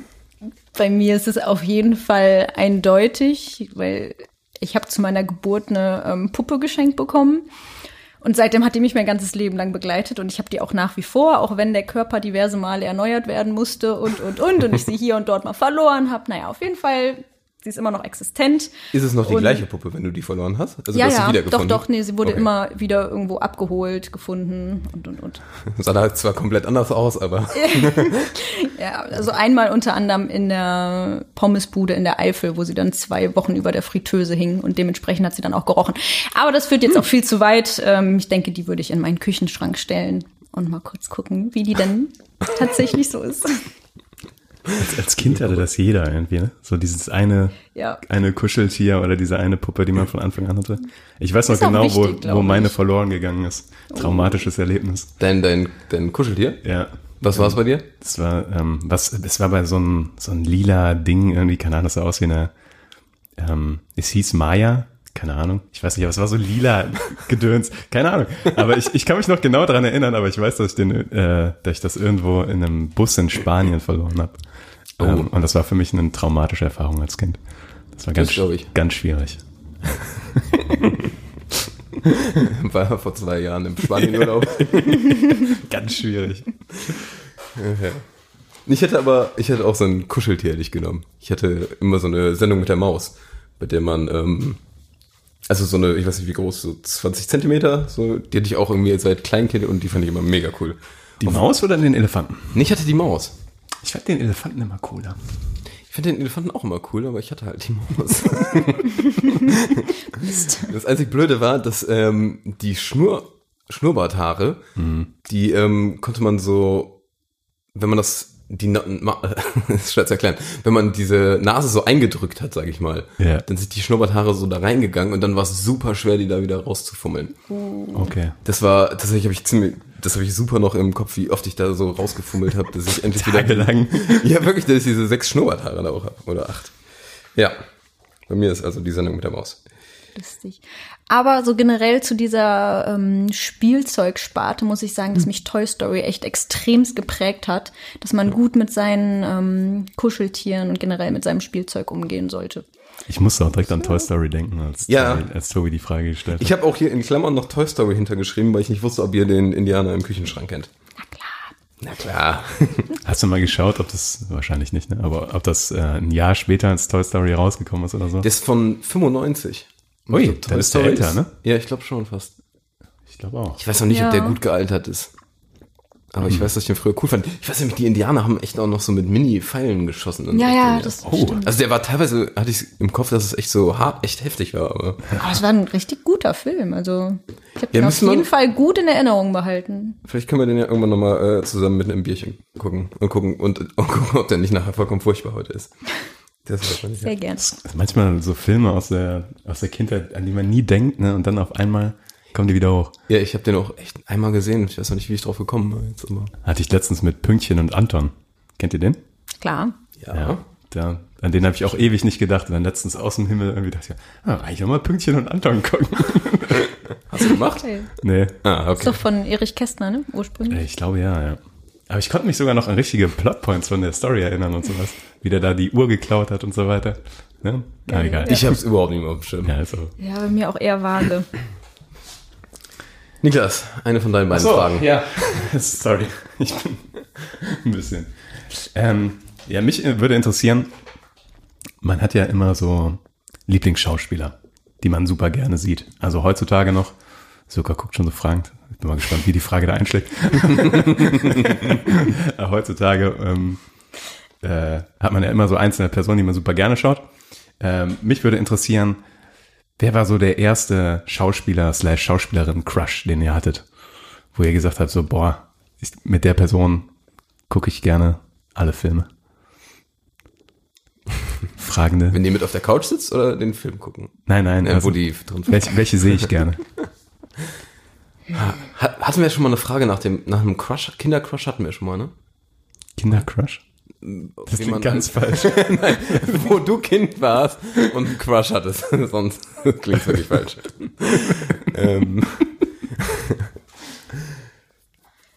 Speaker 1: bei mir ist es auf jeden Fall eindeutig, weil ich habe zu meiner Geburt eine ähm, Puppe geschenkt bekommen. Und seitdem hat die mich mein ganzes Leben lang begleitet und ich habe die auch nach wie vor, auch wenn der Körper diverse Male erneuert werden musste und, und, und. Und ich sie hier und dort mal verloren habe. Naja, auf jeden Fall, sie ist immer noch existent.
Speaker 6: Ist es noch die
Speaker 1: Und-
Speaker 6: gleiche Puppe, wenn du die verloren hast? Also
Speaker 1: ja,
Speaker 6: du hast
Speaker 1: ja,
Speaker 6: sie
Speaker 1: doch,
Speaker 6: wiedergefunden?
Speaker 1: doch, nee, sie wurde
Speaker 6: Okay.
Speaker 1: immer wieder irgendwo abgeholt, gefunden und, und, und.
Speaker 6: Sah da zwar komplett anders aus, aber
Speaker 1: Ja, also einmal unter anderem in der Pommesbude in der Eifel, wo sie dann zwei Wochen über der Fritteuse hing und dementsprechend hat sie dann auch gerochen. Aber das führt jetzt auch viel zu weit. Ähm, ich denke, die würde ich in meinen Küchenschrank stellen und mal kurz gucken, wie die denn tatsächlich so ist.
Speaker 2: Als, als Kind hatte das jeder irgendwie, ne? So dieses eine,
Speaker 1: Ja.
Speaker 2: eine Kuscheltier oder diese eine Puppe, die man von Anfang an hatte. Ich weiß noch
Speaker 1: Ist auch
Speaker 2: genau,
Speaker 1: wichtig,
Speaker 2: wo, wo
Speaker 1: glaub
Speaker 2: meine
Speaker 1: ich. Oh.
Speaker 2: verloren gegangen ist. Traumatisches Erlebnis.
Speaker 6: dein, dein, dein Kuscheltier,
Speaker 2: Ja.
Speaker 6: was war es bei dir?
Speaker 2: Das war, ähm, was, es war bei so einem so ein lila Ding, irgendwie, keine Ahnung, das sah aus wie eine, ähm, es hieß Maya, keine Ahnung, ich weiß nicht, aber es war so lila [laughs] Gedöns, keine Ahnung. Aber ich, ich kann mich noch genau daran erinnern, aber ich weiß, dass ich, den, äh, dass ich das irgendwo in einem Bus in Spanien verloren habe.
Speaker 6: Oh.
Speaker 2: Ähm, und das war für mich eine traumatische Erfahrung als Kind. Das war ganz,
Speaker 6: glaub ich.
Speaker 2: ganz schwierig.
Speaker 6: War er vor zwei Jahren im Spanienurlaub.
Speaker 2: Ganz schwierig.
Speaker 6: Ich hätte aber, ich hätte auch so ein Kuscheltier hätte ich genommen. Ich hatte immer so eine Sendung mit der Maus, bei der man, ähm, also so eine, ich weiß nicht wie groß, so 20 Zentimeter, so, die hatte ich auch irgendwie seit Kleinkind und die fand ich immer mega cool.
Speaker 2: Die Maus oder den Elefanten?
Speaker 6: Nee, ich hatte die Maus.
Speaker 2: Ich fand den Elefanten immer cooler.
Speaker 6: Ich finde den Elefanten auch immer cool, aber ich hatte halt die Maus. das einzig Blöde war, dass ähm, die Schnur, Schnurrbarthaare,
Speaker 2: Mhm.
Speaker 6: die ähm, konnte man so, wenn man das, die, Na- Ma- [laughs] ist schwer zu erklären, wenn man diese Nase so eingedrückt hat, sage ich mal,
Speaker 2: Ja.
Speaker 6: dann sind die Schnurrbarthaare so da reingegangen und dann war es super schwer, die da wieder rauszufummeln. Oh.
Speaker 2: Okay.
Speaker 6: Das war, tatsächlich habe ich ziemlich, das habe ich super noch im Kopf, wie oft ich da so rausgefummelt habe, dass ich endlich wieder
Speaker 2: Tagelang.
Speaker 6: [laughs] ja, wirklich, dass ich diese sechs Schnurrbarthaare da auch habe. Oder acht. Ja. Bei mir ist also die Sendung mit der Maus.
Speaker 1: Lustig. Aber so generell zu dieser ähm, Spielzeugsparte muss ich sagen, dass mich Toy Story echt extremst geprägt hat, dass man gut mit seinen ähm, Kuscheltieren und generell mit seinem Spielzeug umgehen sollte.
Speaker 2: Ich musste auch direkt an Toy Story denken, als,
Speaker 6: Ja.
Speaker 2: Tobi, als Tobi die Frage gestellt hat.
Speaker 6: Ich habe auch hier in Klammern noch Toy Story hintergeschrieben, weil ich nicht wusste, ob ihr den Indianer im Küchenschrank kennt. Na klar. Na klar.
Speaker 2: Hast du mal geschaut, ob das, wahrscheinlich nicht, ne? aber ob das äh, ein Jahr später als Toy Story rausgekommen ist oder so?
Speaker 6: Der ist von 95.
Speaker 2: Ui,
Speaker 6: Ich glaub,
Speaker 2: dann ist der älter,
Speaker 6: ist-
Speaker 2: ne?
Speaker 6: Ja, ich glaube schon fast.
Speaker 2: ich glaube auch.
Speaker 6: Ich weiß noch nicht, ob der
Speaker 1: Ja.
Speaker 6: gut gealtert ist. Aber ich weiß, dass ich den früher cool fand. Ich weiß nämlich, die Indianer haben echt auch noch so mit Mini-Pfeilen geschossen. und
Speaker 1: Ja,
Speaker 6: echt
Speaker 1: ja,
Speaker 6: Dinge.
Speaker 1: das
Speaker 2: Oh.
Speaker 1: stimmt.
Speaker 6: Also der war teilweise, hatte ich im Kopf, dass es echt so hart, echt heftig war, [laughs] aber.
Speaker 1: Aber es war ein richtig guter Film. Also ich habe
Speaker 6: Ja,
Speaker 1: den auf
Speaker 6: müssen wir-
Speaker 1: jeden Fall gut in Erinnerung behalten.
Speaker 6: Vielleicht können wir den ja irgendwann nochmal äh, zusammen mit einem Bierchen gucken und gucken und, [laughs] und gucken, ob der nicht nachher vollkommen furchtbar heute ist. Das ist wahrscheinlich.
Speaker 1: Sehr gern.
Speaker 2: Also manchmal so Filme aus der, aus der Kindheit, an die man nie denkt, ne? und dann auf einmal kommen die wieder hoch.
Speaker 6: Ja, ich habe den auch echt einmal gesehen. Ich weiß noch nicht, wie ich drauf gekommen bin. Jetzt, aber
Speaker 2: Hatte ich letztens mit Pünktchen und Anton. Kennt ihr den?
Speaker 1: Klar.
Speaker 6: ja.
Speaker 2: Da, an den habe ich auch ewig nicht gedacht. Und dann letztens aus dem Himmel irgendwie dachte ich, ah, eigentlich auch mal Pünktchen und Anton gucken. [laughs]
Speaker 6: Hast du gemacht?
Speaker 2: nee.
Speaker 6: Ah,
Speaker 1: Ist
Speaker 6: okay.
Speaker 1: doch von Erich Kästner, ne? Ursprünglich.
Speaker 2: Ich glaube ja, ja. Aber ich konnte mich sogar noch an richtige Plotpoints von der Story erinnern und sowas. Wie der da die Uhr geklaut hat und so weiter. Ne? Ah, egal.
Speaker 6: Ich hab's überhaupt nicht mehr auf dem Schirm.
Speaker 2: ja, also.
Speaker 1: Ja, bei mir auch eher vage.
Speaker 6: Niklas, eine von deinen beiden
Speaker 2: [laughs]
Speaker 6: Fragen.
Speaker 2: ja. Sorry. Ich bin ein bisschen. Ähm, ja, mich würde interessieren, man hat ja immer so Lieblingsschauspieler, die man super gerne sieht. Also heutzutage noch. Sogar guckt schon so fragend. Ich bin mal gespannt, wie die Frage da einschlägt. Aber heutzutage ähm, äh, hat man ja immer so einzelne Personen, die man super gerne schaut. Ähm, mich würde interessieren, wer war so der erste Schauspieler slash Schauspielerin-Crush, den ihr hattet? Wo ihr gesagt habt, so, boah, ich, mit der Person gucke ich gerne alle
Speaker 6: [laughs]
Speaker 2: Filme. Fragende.
Speaker 6: Wenn die mit auf der Couch sitzt oder den Film gucken?
Speaker 2: Nein, nein.
Speaker 6: Äh,
Speaker 2: also,
Speaker 6: wo die drin
Speaker 2: welche, welche sehe ich gerne?
Speaker 6: Ha- Hatten wir schon mal eine Frage nach dem, nach einem Crush, Kindercrush hatten wir schon mal, ne?
Speaker 2: Kindercrush?
Speaker 6: Hm,
Speaker 2: Das klingt
Speaker 6: jemand-
Speaker 2: ganz falsch.
Speaker 6: [laughs] [laughs] Wo du Kind warst und einen Crush hattest. [laughs] Sonst klingt wirklich falsch. ähm,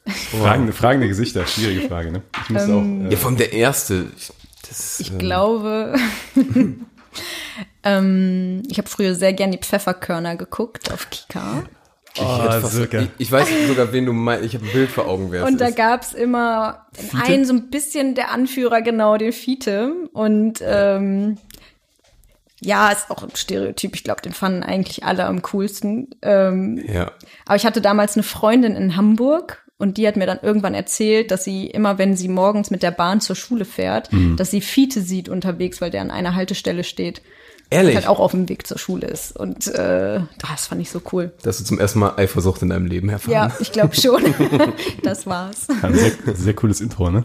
Speaker 2: Fragende, fragende Gesichter, schwierige Frage, ne? Ich muss auch.
Speaker 6: ja, vor allem der erste. Ich- Das,
Speaker 1: Ich
Speaker 6: ähm,
Speaker 1: glaube. [laughs] ähm, ich habe früher sehr gern die Pfefferkörner geguckt auf Kika.
Speaker 2: Äh, oh,
Speaker 6: Fast- ich, ich weiß sogar, wen du meinst. Ich habe ein Bild vor Augen, wer
Speaker 1: Und da
Speaker 6: es ist.
Speaker 1: gab's immer in einen so ein bisschen der Anführer, genau, den Fiete. Und ähm, ja, ist auch ein Stereotyp. Ich glaube, den fanden eigentlich alle am coolsten. Ähm,
Speaker 6: Ja.
Speaker 1: Aber ich hatte damals eine Freundin in Hamburg und die hat mir dann irgendwann erzählt, dass sie immer, wenn sie morgens mit der Bahn zur Schule fährt,
Speaker 7: Mhm.
Speaker 1: dass sie Fiete sieht unterwegs, weil der an einer Haltestelle steht.
Speaker 6: Ehrlich?
Speaker 1: Und halt auch auf dem Weg zur Schule ist. Und äh, das fand ich so cool.
Speaker 6: Dass du zum ersten Mal Eifersucht in deinem Leben
Speaker 7: [laughs]
Speaker 6: erfahren
Speaker 1: Ja, ich glaube schon. [laughs] das war's.
Speaker 2: Ein sehr, sehr cooles Intro, ne?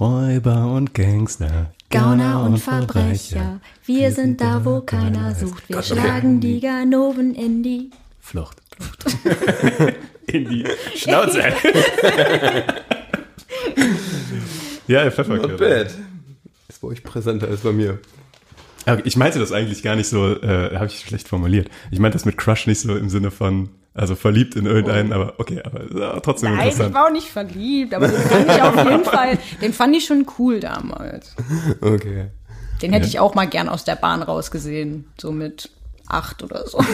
Speaker 2: Räuber und Gangster.
Speaker 7: Gauner und Verbrecher, wir sind da, wo keiner sucht. Wir schlagen die Ganoven in die
Speaker 2: Flucht. [laughs] In die [laughs] Schnauze. ja, ihr
Speaker 6: hast. Not
Speaker 2: Pfefferkörner.
Speaker 6: bad. Ist bei euch präsenter als bei mir. [laughs]
Speaker 2: Aber Ich meinte das eigentlich gar nicht so, äh, habe ich schlecht formuliert. Ich meinte das mit Crush nicht so im Sinne von, also verliebt in irgendeinen, aber okay, aber ja, trotzdem
Speaker 1: Nein, ich
Speaker 2: interessant.
Speaker 1: war auch nicht verliebt, aber den fand ich auf
Speaker 7: [laughs]
Speaker 1: jeden Fall, den fand ich schon cool damals.
Speaker 6: Okay.
Speaker 1: Den hätte ich auch mal gern aus der Bahn rausgesehen, so mit acht oder so.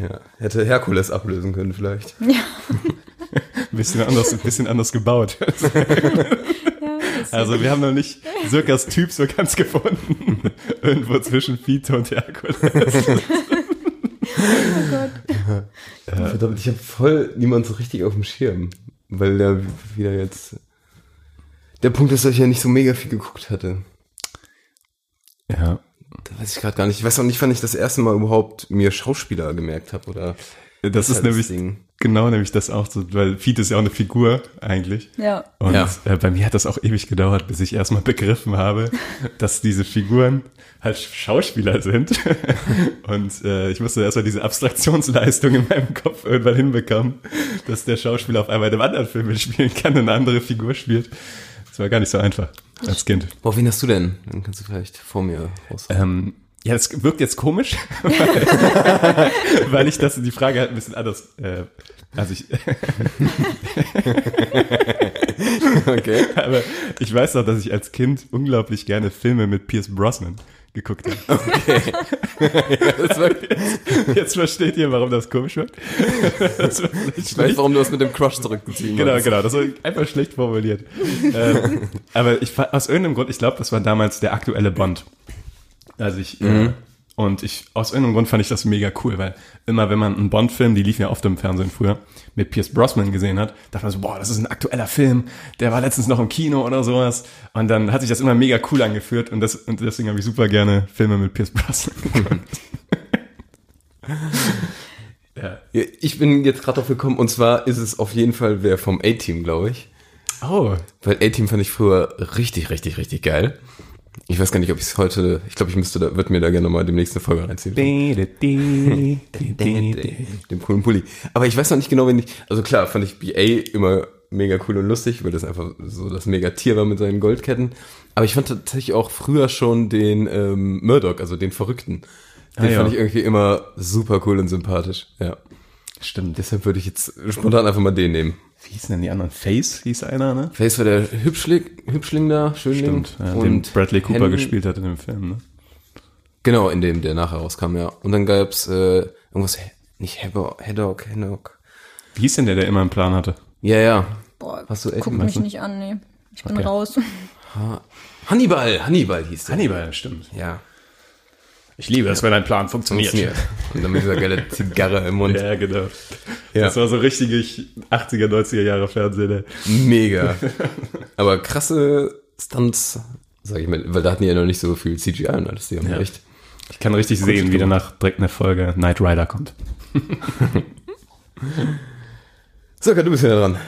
Speaker 6: Ja. Hätte Herkules ablösen können vielleicht.
Speaker 2: Ein bisschen anders, ein bisschen anders gebaut. also wir haben noch nicht Sirkas Typ so ganz gefunden. [laughs] Irgendwo zwischen Fiete und Herkules.
Speaker 6: Verdammt, ich habe voll niemand so richtig auf dem Schirm, weil der wieder jetzt. Der Punkt ist, dass ich ja nicht so mega viel geguckt hatte.
Speaker 2: Ja.
Speaker 6: Da weiß ich gerade gar nicht. Ich weiß auch nicht, wann ich das erste Mal überhaupt mir Schauspieler gemerkt habe oder.
Speaker 2: Das, ist,
Speaker 6: ist halt das
Speaker 2: nämlich
Speaker 6: Ding.
Speaker 2: genau nämlich das auch so, weil Fiete ist ja auch eine Figur eigentlich.
Speaker 1: Ja.
Speaker 2: Und
Speaker 6: Ja.
Speaker 2: Äh, bei mir hat das auch ewig gedauert, bis ich erstmal begriffen habe, dass diese Figuren halt Schauspieler sind. [laughs] Und äh, ich musste erstmal diese Abstraktionsleistung in meinem Kopf irgendwann hinbekommen, dass der Schauspieler auf einmal in einem anderen Film mitspielen kann und eine andere Figur spielt. Das war gar nicht so einfach als Kind.
Speaker 6: Boah, wen hast du denn? Dann kannst du vielleicht vor mir raus.
Speaker 2: [laughs] Ähm, ja, das wirkt jetzt
Speaker 6: [laughs]
Speaker 2: komisch, weil, weil ich das die Frage halt ein bisschen anders. Äh, also ich,
Speaker 6: [laughs] Okay.
Speaker 2: aber ich weiß noch, dass ich als Kind unglaublich gerne Filme mit Pierce Brosnan geguckt habe.
Speaker 6: Das war, ich
Speaker 2: Jetzt versteht ihr, warum das komisch
Speaker 6: [laughs]
Speaker 2: wird. Das war vielleicht
Speaker 6: weiß,
Speaker 2: schlecht.
Speaker 6: warum du das mit dem Crush zurückgezogen
Speaker 2: Genau,
Speaker 6: hast.
Speaker 2: genau, das war einfach schlecht formuliert. ähm, aber ich, fa- aus irgendeinem Grund, ich glaube, das war damals der aktuelle Bond. Also ich, äh, und ich, aus irgendeinem Grund fand ich das mega cool, weil immer, wenn man einen Bond-Film, die liefen ja oft im Fernsehen früher, mit Pierce Brosnan gesehen hat, dachte man so, boah, das ist ein aktueller Film, der war letztens noch im Kino oder sowas. Und dann hat sich das immer mega cool angeführt und, das, und deswegen habe ich super gerne Filme mit Pierce Brosnan geguckt. ja.
Speaker 6: Ja, Ich bin jetzt gerade drauf gekommen und zwar ist es auf jeden Fall wer vom A-Team, glaube ich.
Speaker 2: Oh,
Speaker 6: Weil A-Team fand ich früher richtig, richtig, richtig geil. Ich weiß gar nicht, ob ich es heute, ich glaube, ich müsste da, wird mir da gerne mal demnächst eine Folge reinziehen. dem coolen Pulli. Aber ich weiß noch nicht genau, wenn ich, also klar, fand ich BA immer mega cool und lustig, weil das einfach so das mega Tier war mit seinen Goldketten. Aber ich fand tatsächlich auch früher schon den ähm, Murdoch, also den Verrückten. Den
Speaker 2: Ah, ja.
Speaker 6: fand ich irgendwie immer super cool und sympathisch. Ja.
Speaker 2: stimmt.
Speaker 6: Deshalb würde ich jetzt spontan einfach mal den nehmen.
Speaker 2: Wie hießen denn die anderen? Face hieß einer, ne?
Speaker 6: Face war der Hübschling, Hübschling da, Schönling.
Speaker 2: Stimmt, ja, den Bradley Cooper
Speaker 6: Henry-
Speaker 2: gespielt hat in dem Film, ne?
Speaker 6: Genau, in dem, der nachher rauskam, ja. Und dann gab's äh, irgendwas, nicht Hedog, Hedog, Hedog.
Speaker 2: Wie hieß denn der, der immer einen Plan hatte?
Speaker 6: Ja, ja.
Speaker 1: Boah,
Speaker 6: Hast du Elton
Speaker 1: guck mich
Speaker 6: Meissen?
Speaker 1: nicht an, nee. Ich bin
Speaker 2: Okay.
Speaker 1: raus. [laughs]
Speaker 6: Hannibal, Hannibal hieß der.
Speaker 2: Hannibal, stimmt.
Speaker 6: Ja,
Speaker 2: Ich liebe es, wenn ein Plan funktioniert.
Speaker 6: funktioniert. Und dann mit dieser geile Zigarre im
Speaker 2: [laughs]
Speaker 6: Mund.
Speaker 2: Ja, genau.
Speaker 6: Ja.
Speaker 2: Das war so richtig 80er, 90er Jahre Fernsehen. ne?
Speaker 6: Mega.
Speaker 2: [laughs]
Speaker 6: Aber krasse Stunts, sag ich mal, weil da hatten die ja noch nicht so viel CGI und alles, die haben
Speaker 2: Ja.
Speaker 6: echt.
Speaker 2: Ich kann richtig sehen, wie danach direkt eine Folge Knight Rider kommt.
Speaker 6: So, du bist wieder dran.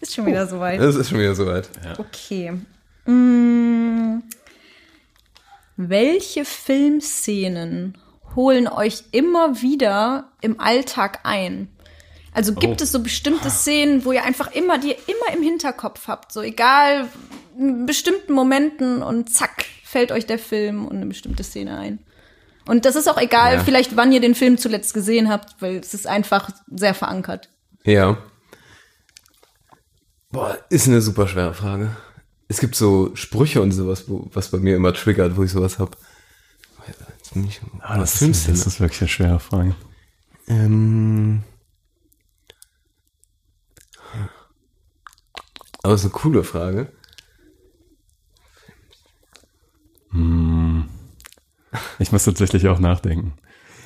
Speaker 1: Ist schon wieder soweit.
Speaker 6: Das ist schon wieder soweit.
Speaker 1: Okay. Mm. Welche Filmszenen holen euch immer wieder im Alltag ein? Also gibt
Speaker 2: Oh.
Speaker 1: es so
Speaker 6: Ah.
Speaker 1: bestimmte Szenen, wo ihr einfach immer die immer im Hinterkopf habt, so egal in bestimmten Momenten und zack fällt euch der Film und eine bestimmte Szene ein. Und das ist auch egal,
Speaker 6: Ja.
Speaker 1: vielleicht wann ihr den Film zuletzt gesehen habt, weil es ist einfach sehr verankert.
Speaker 6: Ja. Boah, ist eine super schwere Frage. Es gibt so Sprüche und sowas, wo, was bei mir immer triggert, wo ich sowas hab. Jetzt bin ich-
Speaker 2: Ah, das ist wirklich eine schwere Frage.
Speaker 6: Ähm. Aber es ist eine coole Frage.
Speaker 2: Ich muss tatsächlich auch nachdenken.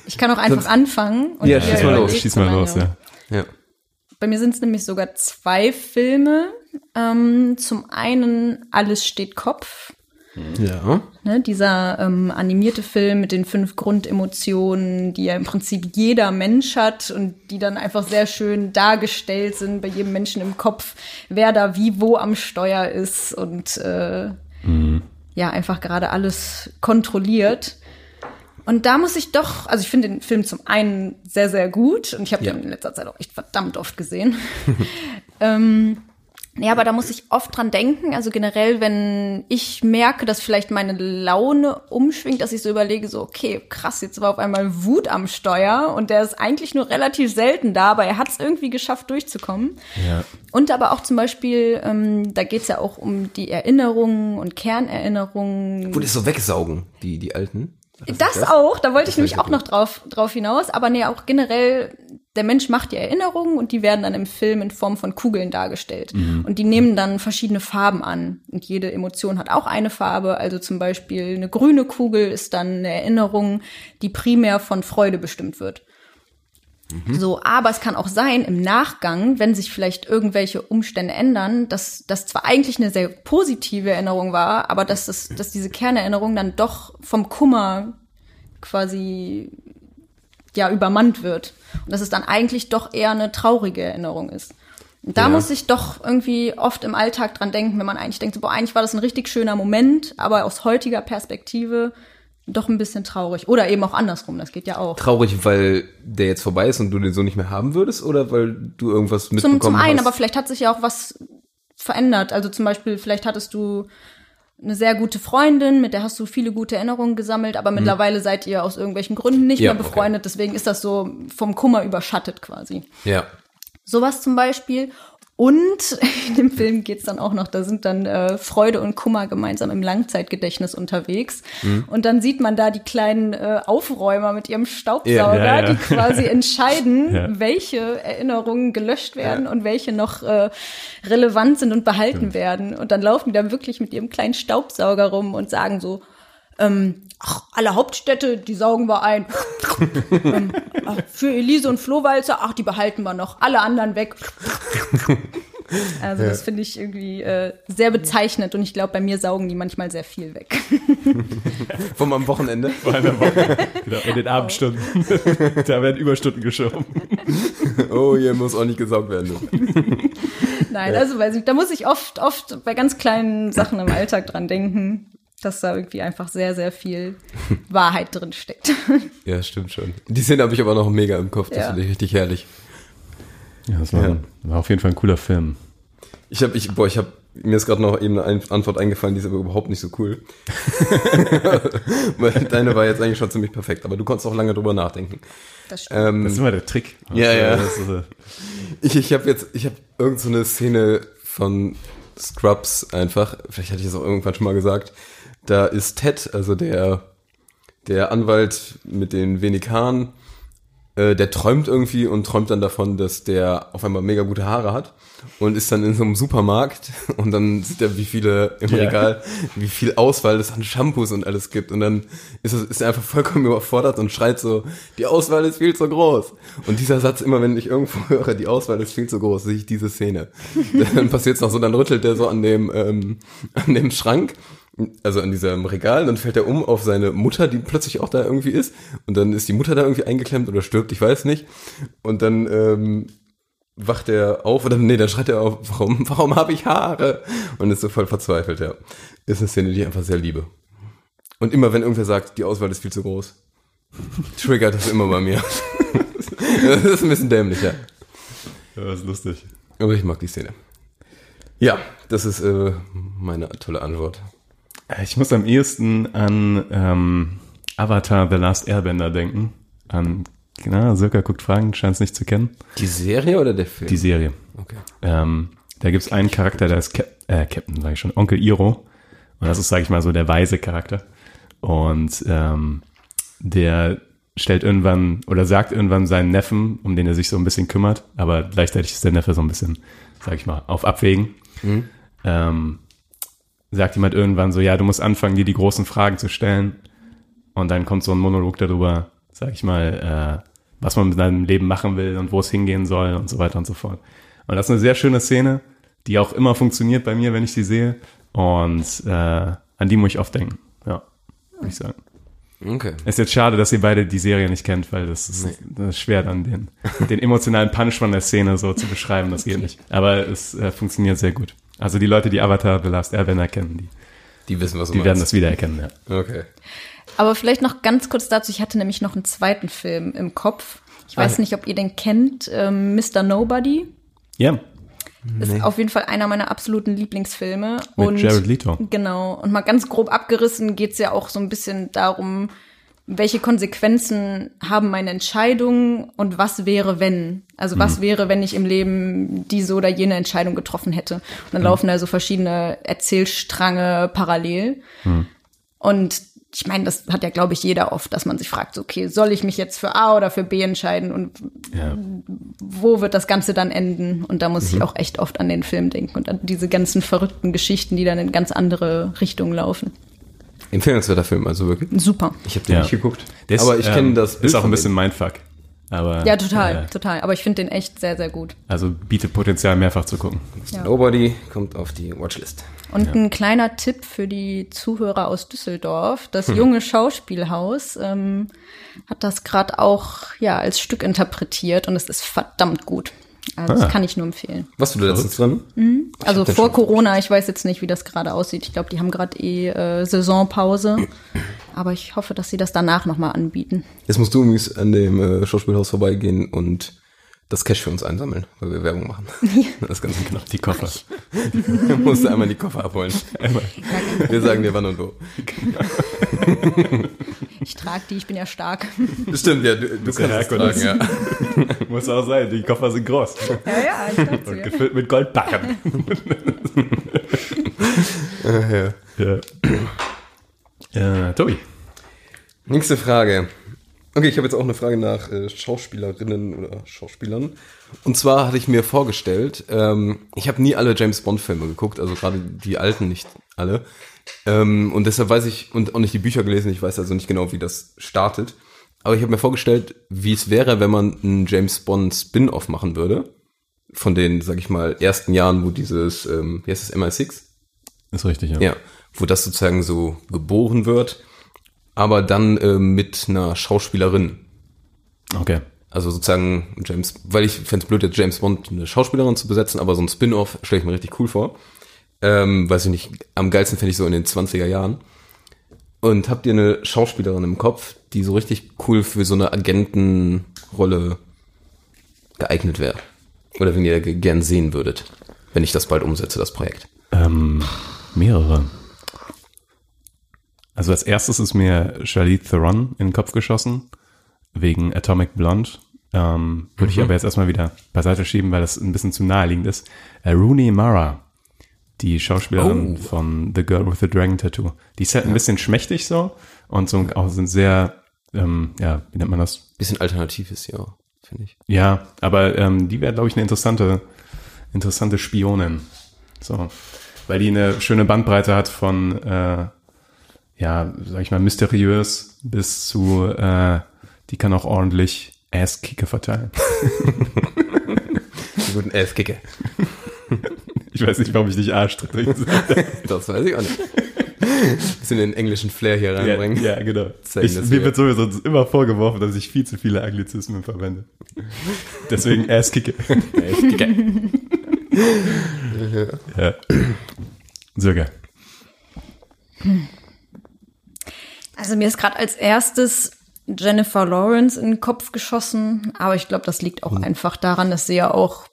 Speaker 1: Ich kann auch einfach
Speaker 6: Sonst-
Speaker 1: anfangen. Und
Speaker 6: Ja,
Speaker 1: ihr
Speaker 6: schieß mal los,
Speaker 1: überlegt
Speaker 2: Schieß
Speaker 1: so
Speaker 2: mal
Speaker 1: lange.
Speaker 2: los, ja.
Speaker 6: Ja.
Speaker 1: Bei mir sind es nämlich sogar zwei Filme. Ähm, zum einen Alles steht Kopf,
Speaker 6: Ja.
Speaker 1: ne? dieser ähm, animierte Film mit den fünf Grundemotionen, die ja im Prinzip jeder Mensch hat und die dann einfach sehr schön dargestellt sind bei jedem Menschen im Kopf, wer da wie wo am Steuer ist und äh, ja, einfach gerade alles kontrolliert. Und da muss ich doch, also ich finde den Film zum einen sehr, sehr gut und ich habe
Speaker 6: Ja.
Speaker 1: den in letzter Zeit auch echt verdammt oft gesehen. ähm, Ja, aber da muss ich oft dran denken. Also generell, wenn ich merke, dass vielleicht meine Laune umschwingt, dass ich so überlege, so, okay, krass, jetzt war auf einmal Wut am Steuer und der ist eigentlich nur relativ selten da, aber er hat es irgendwie geschafft, durchzukommen.
Speaker 2: Ja.
Speaker 1: Und aber auch zum Beispiel, ähm, da geht's ja auch um die Erinnerungen und Kernerinnerungen.
Speaker 6: Wo die so wegsaugen, die, die alten.
Speaker 1: Das auch, da wollte ich nämlich auch noch drauf, drauf hinaus, aber nee, auch generell, der Mensch macht die Erinnerungen und die werden dann im Film in Form von Kugeln dargestellt. Und die nehmen dann verschiedene Farben an. Und jede Emotion hat auch eine Farbe. Also zum Beispiel eine grüne Kugel ist dann eine Erinnerung, die primär von Freude bestimmt wird. So, aber es kann auch sein, im Nachgang, wenn sich vielleicht irgendwelche Umstände ändern, dass das zwar eigentlich eine sehr positive Erinnerung war, aber dass, das, dass diese Kernerinnerung dann doch vom Kummer quasi ja übermannt wird. Und dass es dann eigentlich doch eher eine traurige Erinnerung ist. Und da
Speaker 6: Ja.
Speaker 1: muss ich doch irgendwie oft im Alltag dran denken, wenn man eigentlich denkt, so, boah, eigentlich war das ein richtig schöner Moment, aber aus heutiger Perspektive doch ein bisschen traurig. Oder eben auch andersrum, das geht ja auch.
Speaker 6: Traurig, weil der jetzt vorbei ist und du den so nicht mehr haben würdest oder weil du irgendwas mitbekommen
Speaker 1: Zum, zum einen,
Speaker 6: hast?
Speaker 1: aber vielleicht hat sich ja auch was verändert. Also zum Beispiel, vielleicht hattest du eine sehr gute Freundin, mit der hast du viele gute Erinnerungen gesammelt, aber mittlerweile seid ihr aus irgendwelchen Gründen nicht
Speaker 6: Ja,
Speaker 1: mehr
Speaker 6: okay.
Speaker 1: befreundet. Deswegen ist das so vom Kummer überschattet quasi.
Speaker 6: Ja.
Speaker 1: Sowas zum Beispiel. Und [laughs] in dem Film geht's dann auch noch, da sind dann äh, Freude und Kummer gemeinsam im Langzeitgedächtnis unterwegs. Und dann sieht man da die kleinen äh, Aufräumer mit ihrem
Speaker 2: Ja,
Speaker 1: Staubsauger,
Speaker 2: ja, ja.
Speaker 1: die quasi entscheiden,
Speaker 2: Ja.
Speaker 1: welche Erinnerungen gelöscht werden und welche noch äh, relevant sind und behalten werden. Und dann laufen die dann wirklich mit ihrem kleinen Staubsauger rum und sagen so, ähm, ach, alle Hauptstädte, die saugen wir ein. [laughs] Ähm, Ach, für Elise und Flohwalzer, ach, die behalten wir noch. Alle anderen weg. Also das finde ich irgendwie äh, sehr bezeichnend und ich glaube, bei mir saugen die manchmal sehr viel weg.
Speaker 6: Vom am
Speaker 1: [laughs]
Speaker 6: Wochenende.
Speaker 2: Genau, in den
Speaker 6: [laughs]
Speaker 2: Abendstunden. da werden Überstunden geschoben.
Speaker 6: Oh, hier muss auch nicht gesaugt werden.
Speaker 1: [laughs]
Speaker 6: du.
Speaker 1: Nein, also weiß ich, da muss ich oft, oft bei ganz kleinen Sachen im Alltag dran denken, dass da irgendwie einfach sehr,
Speaker 2: [laughs]
Speaker 1: sehr viel Wahrheit drin steckt.
Speaker 6: Ja, stimmt schon. Die Szene habe ich aber noch mega im Kopf. Das
Speaker 1: Ja.
Speaker 6: finde ich richtig herrlich.
Speaker 2: Ja, das war,
Speaker 6: Ja.
Speaker 2: war auf jeden Fall ein cooler Film.
Speaker 6: Ich habe, ich, boah, ich habe mir ist gerade noch eben eine Ein- Antwort eingefallen, die ist aber überhaupt nicht so
Speaker 1: [laughs]
Speaker 6: cool. [laughs] Weil Deine war jetzt eigentlich schon ziemlich perfekt, aber du konntest auch lange drüber nachdenken.
Speaker 1: Das stimmt.
Speaker 6: Ähm,
Speaker 2: Das ist immer der Trick.
Speaker 6: Ja, ja.
Speaker 2: Das ist, äh,
Speaker 6: Ich, ich habe jetzt, ich habe irgendeine so eine Szene von Scrubs einfach, vielleicht hatte ich es auch irgendwann schon mal gesagt, da ist Ted, also der, der Anwalt mit den wenig Haaren, äh, der träumt irgendwie und träumt dann davon, dass der auf einmal mega gute Haare hat und ist dann in so einem Supermarkt und dann sieht er, wie viele im
Speaker 2: Ja.
Speaker 6: Regal, wie viel Auswahl es an Shampoos und alles gibt und dann ist, es- ist er einfach vollkommen überfordert und schreit so, die Auswahl ist viel zu groß. Und dieser Satz, immer wenn ich irgendwo [laughs] höre, die Auswahl ist viel zu groß, sehe ich diese Szene. [laughs] dann passiert es noch so, dann rüttelt der so an dem, ähm, an dem Schrank also an diesem Regal, dann fällt er um auf seine Mutter, die plötzlich auch da irgendwie ist. Und dann ist die Mutter da irgendwie eingeklemmt oder stirbt, ich weiß nicht. Und dann ähm, wacht er auf oder nee, dann schreit er auf, warum, warum habe ich Haare? Und ist so voll verzweifelt, ja. Ist eine Szene, die ich einfach sehr liebe. Und immer wenn irgendwer sagt, die Auswahl ist viel zu [laughs] groß, triggert das immer bei mir. das ist ein bisschen dämlich, ja.
Speaker 2: ja, das ist lustig.
Speaker 6: Aber ich mag die Szene. Ja, das ist äh, meine tolle Antwort.
Speaker 2: Äh, Ich muss am ehesten an ähm, Avatar The Last Airbender denken. An, na, Sirka guckt Fragen, scheint es nicht zu kennen.
Speaker 6: Die Serie oder der Film?
Speaker 2: Die Serie.
Speaker 6: Okay.
Speaker 2: Ähm, da gibt's einen Charakter, der ist Cap äh, Captain, sage ich schon, Onkel Iro. Und das ist, sage ich mal, so der weise Charakter. Und ähm, der stellt irgendwann oder sagt irgendwann seinen Neffen, um den er sich so ein bisschen kümmert, aber gleichzeitig ist der Neffe so ein bisschen, sage ich mal, auf Abwägen. Ähm, sagt jemand irgendwann so, ja, du musst anfangen, dir die großen Fragen zu stellen. Und dann kommt so ein Monolog darüber, sag ich mal, äh, was man mit seinem Leben machen will und wo es hingehen soll und so weiter und so fort. Und das ist eine sehr schöne Szene, die auch immer funktioniert bei mir, wenn ich sie sehe. Und äh, an die muss ich oft denken. Ja, würde ich sagen.
Speaker 6: Okay.
Speaker 2: Ist jetzt schade, dass ihr beide die Serie nicht kennt, weil das ist, das ist schwer, dann den, den emotionalen Punch von der Szene so zu beschreiben. Das geht nicht. Aber es äh, funktioniert sehr gut. Also die Leute, die Avatar The Last Airbender kennen, die,
Speaker 6: Die wissen, was du
Speaker 2: die werden das wiedererkennen. Ja.
Speaker 6: Okay.
Speaker 1: Aber vielleicht noch ganz kurz dazu, ich hatte nämlich noch einen zweiten Film im Kopf. Ich weiß
Speaker 6: Ah.
Speaker 1: nicht, ob ihr den kennt, ähm, Mr. Nobody.
Speaker 2: ja.
Speaker 1: Ist auf jeden Fall einer meiner absoluten Lieblingsfilme.
Speaker 2: Mit
Speaker 1: und
Speaker 2: Jared Leto.
Speaker 1: Genau. Und mal ganz grob abgerissen geht's ja auch so ein bisschen darum, welche Konsequenzen haben meine Entscheidungen und was wäre, wenn? Also was wäre, wenn ich im Leben diese oder jene Entscheidung getroffen hätte? Und dann laufen da so verschiedene Erzählstränge parallel. Und ich meine, das hat ja, glaube ich, jeder oft, dass man sich fragt, so, okay, soll ich mich jetzt für A oder für B entscheiden und
Speaker 2: Ja.
Speaker 1: wo wird das Ganze dann enden? Und da muss ich auch echt oft an den Film denken und an diese ganzen verrückten Geschichten, die dann in ganz andere Richtungen laufen.
Speaker 6: Empfehlenswerter Film, also wirklich.
Speaker 1: Super.
Speaker 6: Ich habe den
Speaker 2: Ja.
Speaker 6: nicht geguckt.
Speaker 2: Der ist,
Speaker 6: aber ich kenne
Speaker 2: ähm,
Speaker 6: das
Speaker 2: Ist auch
Speaker 6: von
Speaker 2: ein bisschen
Speaker 6: dem.
Speaker 2: Mindfuck. Aber,
Speaker 1: Ja,
Speaker 2: äh,
Speaker 1: total, total. Aber ich finde den echt sehr, sehr gut.
Speaker 2: also bietet Potenzial, mehrfach zu gucken.
Speaker 6: Nobody kommt auf die Watchlist.
Speaker 1: Und ein kleiner Tipp für die Zuhörer aus Düsseldorf. Das junge Schauspielhaus ähm, hat das gerade auch ja, als Stück interpretiert und es ist verdammt gut. Also
Speaker 2: Ah.
Speaker 1: das kann ich nur empfehlen.
Speaker 6: Warst du da letztens dran?
Speaker 1: Also
Speaker 6: das
Speaker 1: vor
Speaker 6: schon
Speaker 1: Corona, ich weiß jetzt nicht, wie das gerade aussieht. Ich glaube, die haben gerade eh äh, Saisonpause. Aber ich hoffe, dass sie das danach nochmal anbieten.
Speaker 6: Jetzt musst du übrigens an dem äh, Schauspielhaus vorbeigehen und das Cash für uns einsammeln, weil wir Werbung machen. Das ist ganz genau.
Speaker 2: Die Koffer.
Speaker 6: Du musst einmal die Koffer abholen. Wir sagen dir wann und wo.
Speaker 1: Ich trage die, ich bin ja stark.
Speaker 6: Stimmt, ja, du, du kannst es
Speaker 2: Herkules.
Speaker 6: tragen, ja.
Speaker 2: Muss auch sein, die Koffer sind groß.
Speaker 1: Ja, ja, ich [laughs] dachte,
Speaker 2: Und gefüllt mit Goldbarren. [laughs] ja. ja. Äh, Tobi.
Speaker 6: Nächste Frage. Okay, ich habe jetzt auch eine Frage nach äh, Schauspielerinnen oder Schauspielern. Und zwar hatte ich mir vorgestellt, ähm, ich habe nie alle James Bond-Filme geguckt, also gerade die alten nicht alle. Ähm, und deshalb weiß ich, und auch nicht die Bücher gelesen, ich weiß also nicht genau, wie das startet. Aber ich habe mir vorgestellt, wie es wäre, wenn man einen James Bond-Spin-Off machen würde. Von den, sag ich mal, ersten Jahren, wo dieses, ähm, wie heißt das, MI6?
Speaker 2: Ist richtig, ja.
Speaker 6: Ja, wo das sozusagen so geboren wird, aber dann äh, mit einer Schauspielerin.
Speaker 2: Okay.
Speaker 6: Also sozusagen James, weil ich fänd's blöd, jetzt James Bond eine Schauspielerin zu besetzen, aber so ein Spin-off stelle ich mir richtig cool vor. Ähm, weiß ich nicht, am geilsten finde ich so in den 20er Jahren. Und habt ihr eine Schauspielerin im Kopf, die so richtig cool für so eine Agentenrolle geeignet wäre? Oder wenn ihr ge- gern sehen würdet, wenn ich das bald umsetze, das Projekt.
Speaker 2: Ähm, mehrere. Also als erstes ist mir Charlize Theron in den Kopf geschossen, wegen Atomic Blonde. Ähm, Würde ich aber jetzt erstmal wieder beiseite schieben, weil das ein bisschen zu naheliegend ist. Äh, Rooney Mara, die Schauspielerin von The Girl with the Dragon Tattoo. Die ist halt ein bisschen schmächtig so und so auch sind sehr, ähm, ja, wie nennt man das?
Speaker 6: Bisschen alternatives, ja, finde ich.
Speaker 2: Ja, aber ähm, die wäre, glaube ich, eine interessante, interessante Spionin. So. Weil die eine schöne Bandbreite hat von, äh, ja, sag ich mal, mysteriös bis zu, äh, die kann auch ordentlich Ass-Kicke verteilen. [laughs]
Speaker 6: Die guten Elfkicker.
Speaker 2: Ich weiß nicht, warum ich dich Arsch drücke.
Speaker 6: [laughs] Das weiß ich auch nicht. Bisschen den englischen Flair hier
Speaker 2: ja,
Speaker 6: reinbringen.
Speaker 2: ja, genau.
Speaker 6: Zeigen,
Speaker 2: Ich,
Speaker 6: dass
Speaker 2: mir
Speaker 6: wir-
Speaker 2: wird sowieso immer vorgeworfen, dass ich viel zu viele Anglizismen verwende. Deswegen Ass-Kicke. [laughs] ja. So geil.
Speaker 1: Also mir ist gerade als erstes Jennifer Lawrence in den Kopf geschossen, aber ich glaube, das liegt auch
Speaker 2: Hm.
Speaker 1: einfach daran, dass sie ja auch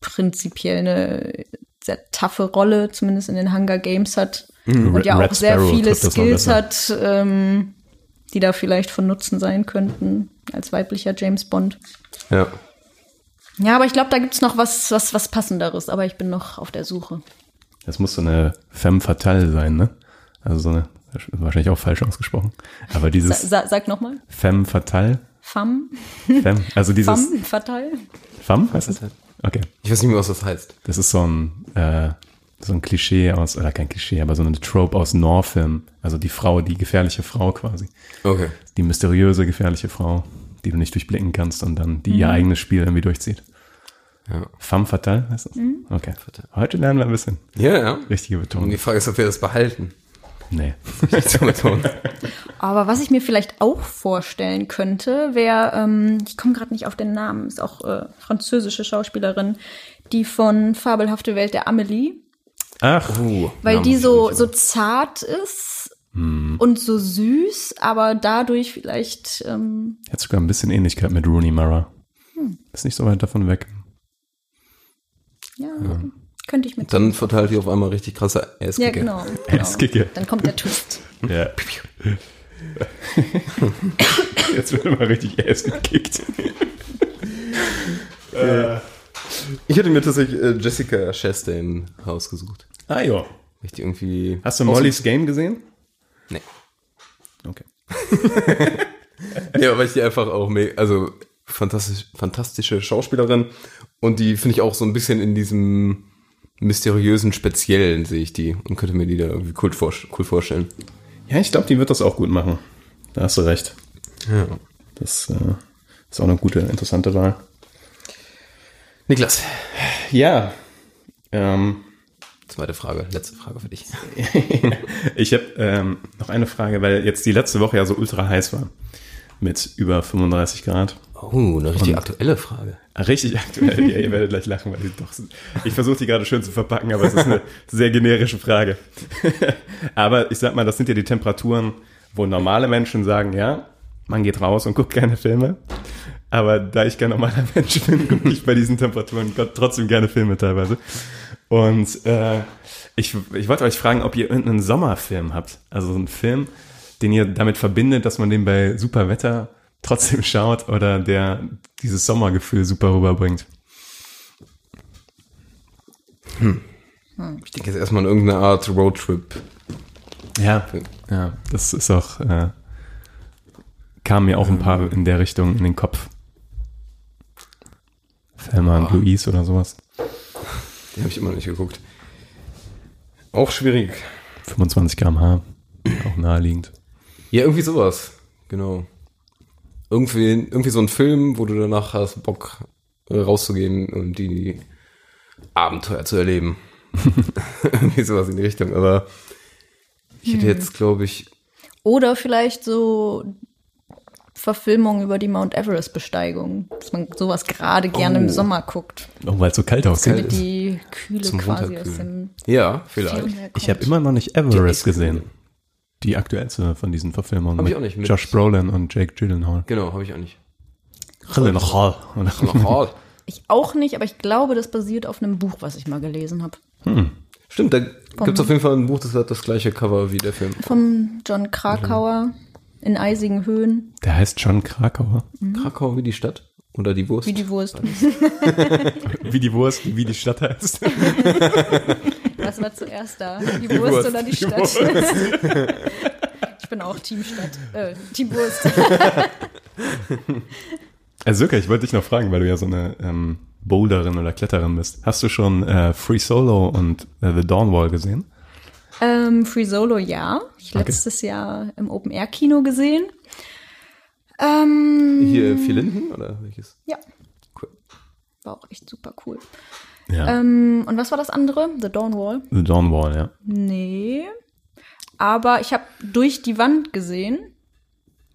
Speaker 1: prinzipiell eine sehr taffe Rolle, zumindest in den Hunger Games hat und ja
Speaker 2: Hm. Red
Speaker 1: auch sehr
Speaker 2: Sparrow
Speaker 1: viele
Speaker 2: trifft das noch
Speaker 1: Skills
Speaker 2: besser.
Speaker 1: hat, ähm, die da vielleicht von Nutzen sein könnten als weiblicher James Bond.
Speaker 6: Ja.
Speaker 1: Ja, aber ich glaube, da gibt's noch was, was, was passenderes, aber ich bin noch auf der Suche.
Speaker 2: Das muss so eine femme fatale sein, ne? Also so eine, wahrscheinlich auch falsch ausgesprochen. Aber
Speaker 1: Sa
Speaker 2: dieses
Speaker 1: sa sag nochmal,
Speaker 2: femme fatale,
Speaker 1: Femme,
Speaker 2: femme, also dieses
Speaker 1: Femme, fatal.
Speaker 2: femme, heißt das? Okay.
Speaker 6: Ich weiß nicht mehr, was das heißt.
Speaker 2: Das ist so ein, äh, so ein Klischee aus, oder kein Klischee, aber so eine Trope aus Norfilm. Also die Frau, die gefährliche Frau quasi.
Speaker 6: Okay.
Speaker 2: Die mysteriöse, gefährliche Frau, die du nicht durchblicken kannst und dann, die
Speaker 1: Mhm.
Speaker 2: ihr eigenes Spiel irgendwie durchzieht.
Speaker 6: Ja.
Speaker 2: Femme fatale heißt das?
Speaker 1: Mhm.
Speaker 2: Okay. Heute lernen wir ein bisschen.
Speaker 6: Ja, ja.
Speaker 2: Richtige
Speaker 6: Und
Speaker 2: Betonung.
Speaker 6: die Frage ist, ob wir das behalten.
Speaker 2: Nee.
Speaker 6: Zum Ton.
Speaker 1: Aber was ich mir vielleicht auch vorstellen könnte, wäre, ähm, ich komme gerade nicht auf den Namen, ist auch äh, französische Schauspielerin, die von Fabelhafte Welt der Amelie,
Speaker 2: Ach,
Speaker 6: [laughs] Uh,
Speaker 1: weil
Speaker 6: Namen
Speaker 1: die so,
Speaker 6: hab ich Hm.
Speaker 1: so zart ist und so süß, aber dadurch vielleicht, ähm,
Speaker 2: Hat sogar [laughs] ein bisschen Ähnlichkeit mit Rooney Mara. Ist nicht so weit davon weg.
Speaker 1: Ja, könnte ich mit.
Speaker 6: Dann verteilt die auf einmal richtig krasse Ass [laughs]
Speaker 1: ja, genau. genau.
Speaker 2: Eisgegeben.
Speaker 1: Dann kommt der Twist.
Speaker 2: Ja. [laughs] Jetzt wird immer richtig Ass gekickt.
Speaker 6: Ich hätte mir tatsächlich äh, Jessica Chastain rausgesucht.
Speaker 2: Ah ja.
Speaker 6: Weil ich die irgendwie.
Speaker 2: Hast du Molly's Game gesehen?
Speaker 6: Nee.
Speaker 2: Okay.
Speaker 6: Ja, weil ich die einfach auch me- also fantastisch, fantastische Schauspielerin und die finde ich auch so ein bisschen in diesem mysteriösen Speziellen sehe ich die und könnte mir die da irgendwie cool, vor, cool vorstellen.
Speaker 2: Ja, ich glaube, die wird das auch gut machen. Da hast du recht.
Speaker 6: Ja.
Speaker 2: Das äh, ist auch eine gute, interessante Wahl.
Speaker 6: Niklas,
Speaker 2: Ja. Ähm,
Speaker 6: zweite Frage, letzte Frage für dich.
Speaker 2: Ich habe ähm, noch eine Frage, weil jetzt die letzte Woche ja so ultra heiß war. Mit über 35 Grad.
Speaker 6: Oh, eine richtig aktuelle Frage.
Speaker 2: Richtig aktuell. ja, ihr werdet gleich lachen, weil ich doch. Ich versuche die gerade schön zu verpacken, aber es ist eine sehr generische Frage. [laughs] aber ich sag mal, das sind ja die Temperaturen, wo normale Menschen sagen, ja, man geht raus und guckt keine Filme. Aber da ich kein normaler [laughs] Mensch bin, gucke ich bei diesen Temperaturen Gott, trotzdem gerne Filme teilweise. Und äh, ich, ich wollte euch fragen, ob ihr irgendeinen Sommerfilm habt. Also so einen Film, den ihr damit verbindet, dass man den bei super Wetter trotzdem schaut oder der dieses Sommergefühl super rüberbringt.
Speaker 6: Ich denke jetzt erstmal an irgendeine Art Roadtrip.
Speaker 2: Ja, ja das ist auch, äh, kamen mir auch ein paar in der Richtung in den Kopf. Thelma und Louise oder sowas.
Speaker 6: Die habe ich immer noch nicht geguckt. Auch schwierig.
Speaker 2: 25 km/h, auch naheliegend.
Speaker 6: Ja, irgendwie sowas. Genau. Irgendwie, irgendwie so ein Film, wo du danach hast Bock äh, rauszugehen und die Abenteuer
Speaker 2: [laughs]
Speaker 6: zu erleben. irgendwie sowas in die Richtung. Aber ich hätte jetzt, glaube ich,
Speaker 1: Oder vielleicht so Verfilmungen über die Mount Everest-Besteigung. Dass man sowas gerade gerne im
Speaker 6: Oh.
Speaker 1: Sommer guckt.
Speaker 2: Auch weil es so kalt aussieht.
Speaker 1: Damit die Kühle
Speaker 6: zum
Speaker 1: quasi aus dem
Speaker 6: Runterkühlen. Ja, vielleicht.
Speaker 1: Herkommt.
Speaker 2: Ich habe immer noch nicht Everest gesehen. Die aktuellste von diesen Verfilmungen.
Speaker 6: Hab ich
Speaker 2: mit
Speaker 6: auch nicht, mit-
Speaker 2: Josh Brolin und Jake Gyllenhaal.
Speaker 6: Genau, habe ich auch nicht.
Speaker 2: Gyllenhaal.
Speaker 6: Oh,
Speaker 2: [laughs]
Speaker 1: Ich auch nicht, aber ich glaube, das basiert auf einem Buch, was ich mal gelesen habe.
Speaker 6: stimmt, da gibt es auf jeden Fall ein Buch, das hat das gleiche Cover wie der Film.
Speaker 1: Vom John Krakauer in eisigen Höhen,
Speaker 2: Der heißt John Krakauer.
Speaker 6: Krakau wie die Stadt oder die Wurst.
Speaker 1: Mhm. wie die Wurst.
Speaker 2: Wie die Wurst, wie die Stadt heißt.
Speaker 1: Was war zuerst da? Die Wurst,
Speaker 6: Wurst,
Speaker 1: oder die,
Speaker 6: die
Speaker 1: Stadt? [laughs] ich bin auch Team Stadt. Äh, Team Wurst.
Speaker 2: Also Sirka, ich wollte dich noch fragen, weil du ja so eine ähm, Boulderin oder Kletterin bist. Hast du schon äh, Free Solo und äh, The Dawnwall gesehen?
Speaker 1: Ähm, Free Solo, ja. Ich letztes Jahr im Open-Air-Kino gesehen. Ähm,
Speaker 6: Hier vier Linden oder welches?
Speaker 1: ja,
Speaker 6: Cool.
Speaker 1: war auch echt super cool.
Speaker 2: Ja.
Speaker 1: Ähm, und was war das andere? The Dawn Wall?
Speaker 2: The Dawnwall, ja.
Speaker 1: Nee. Aber ich habe durch die Wand gesehen.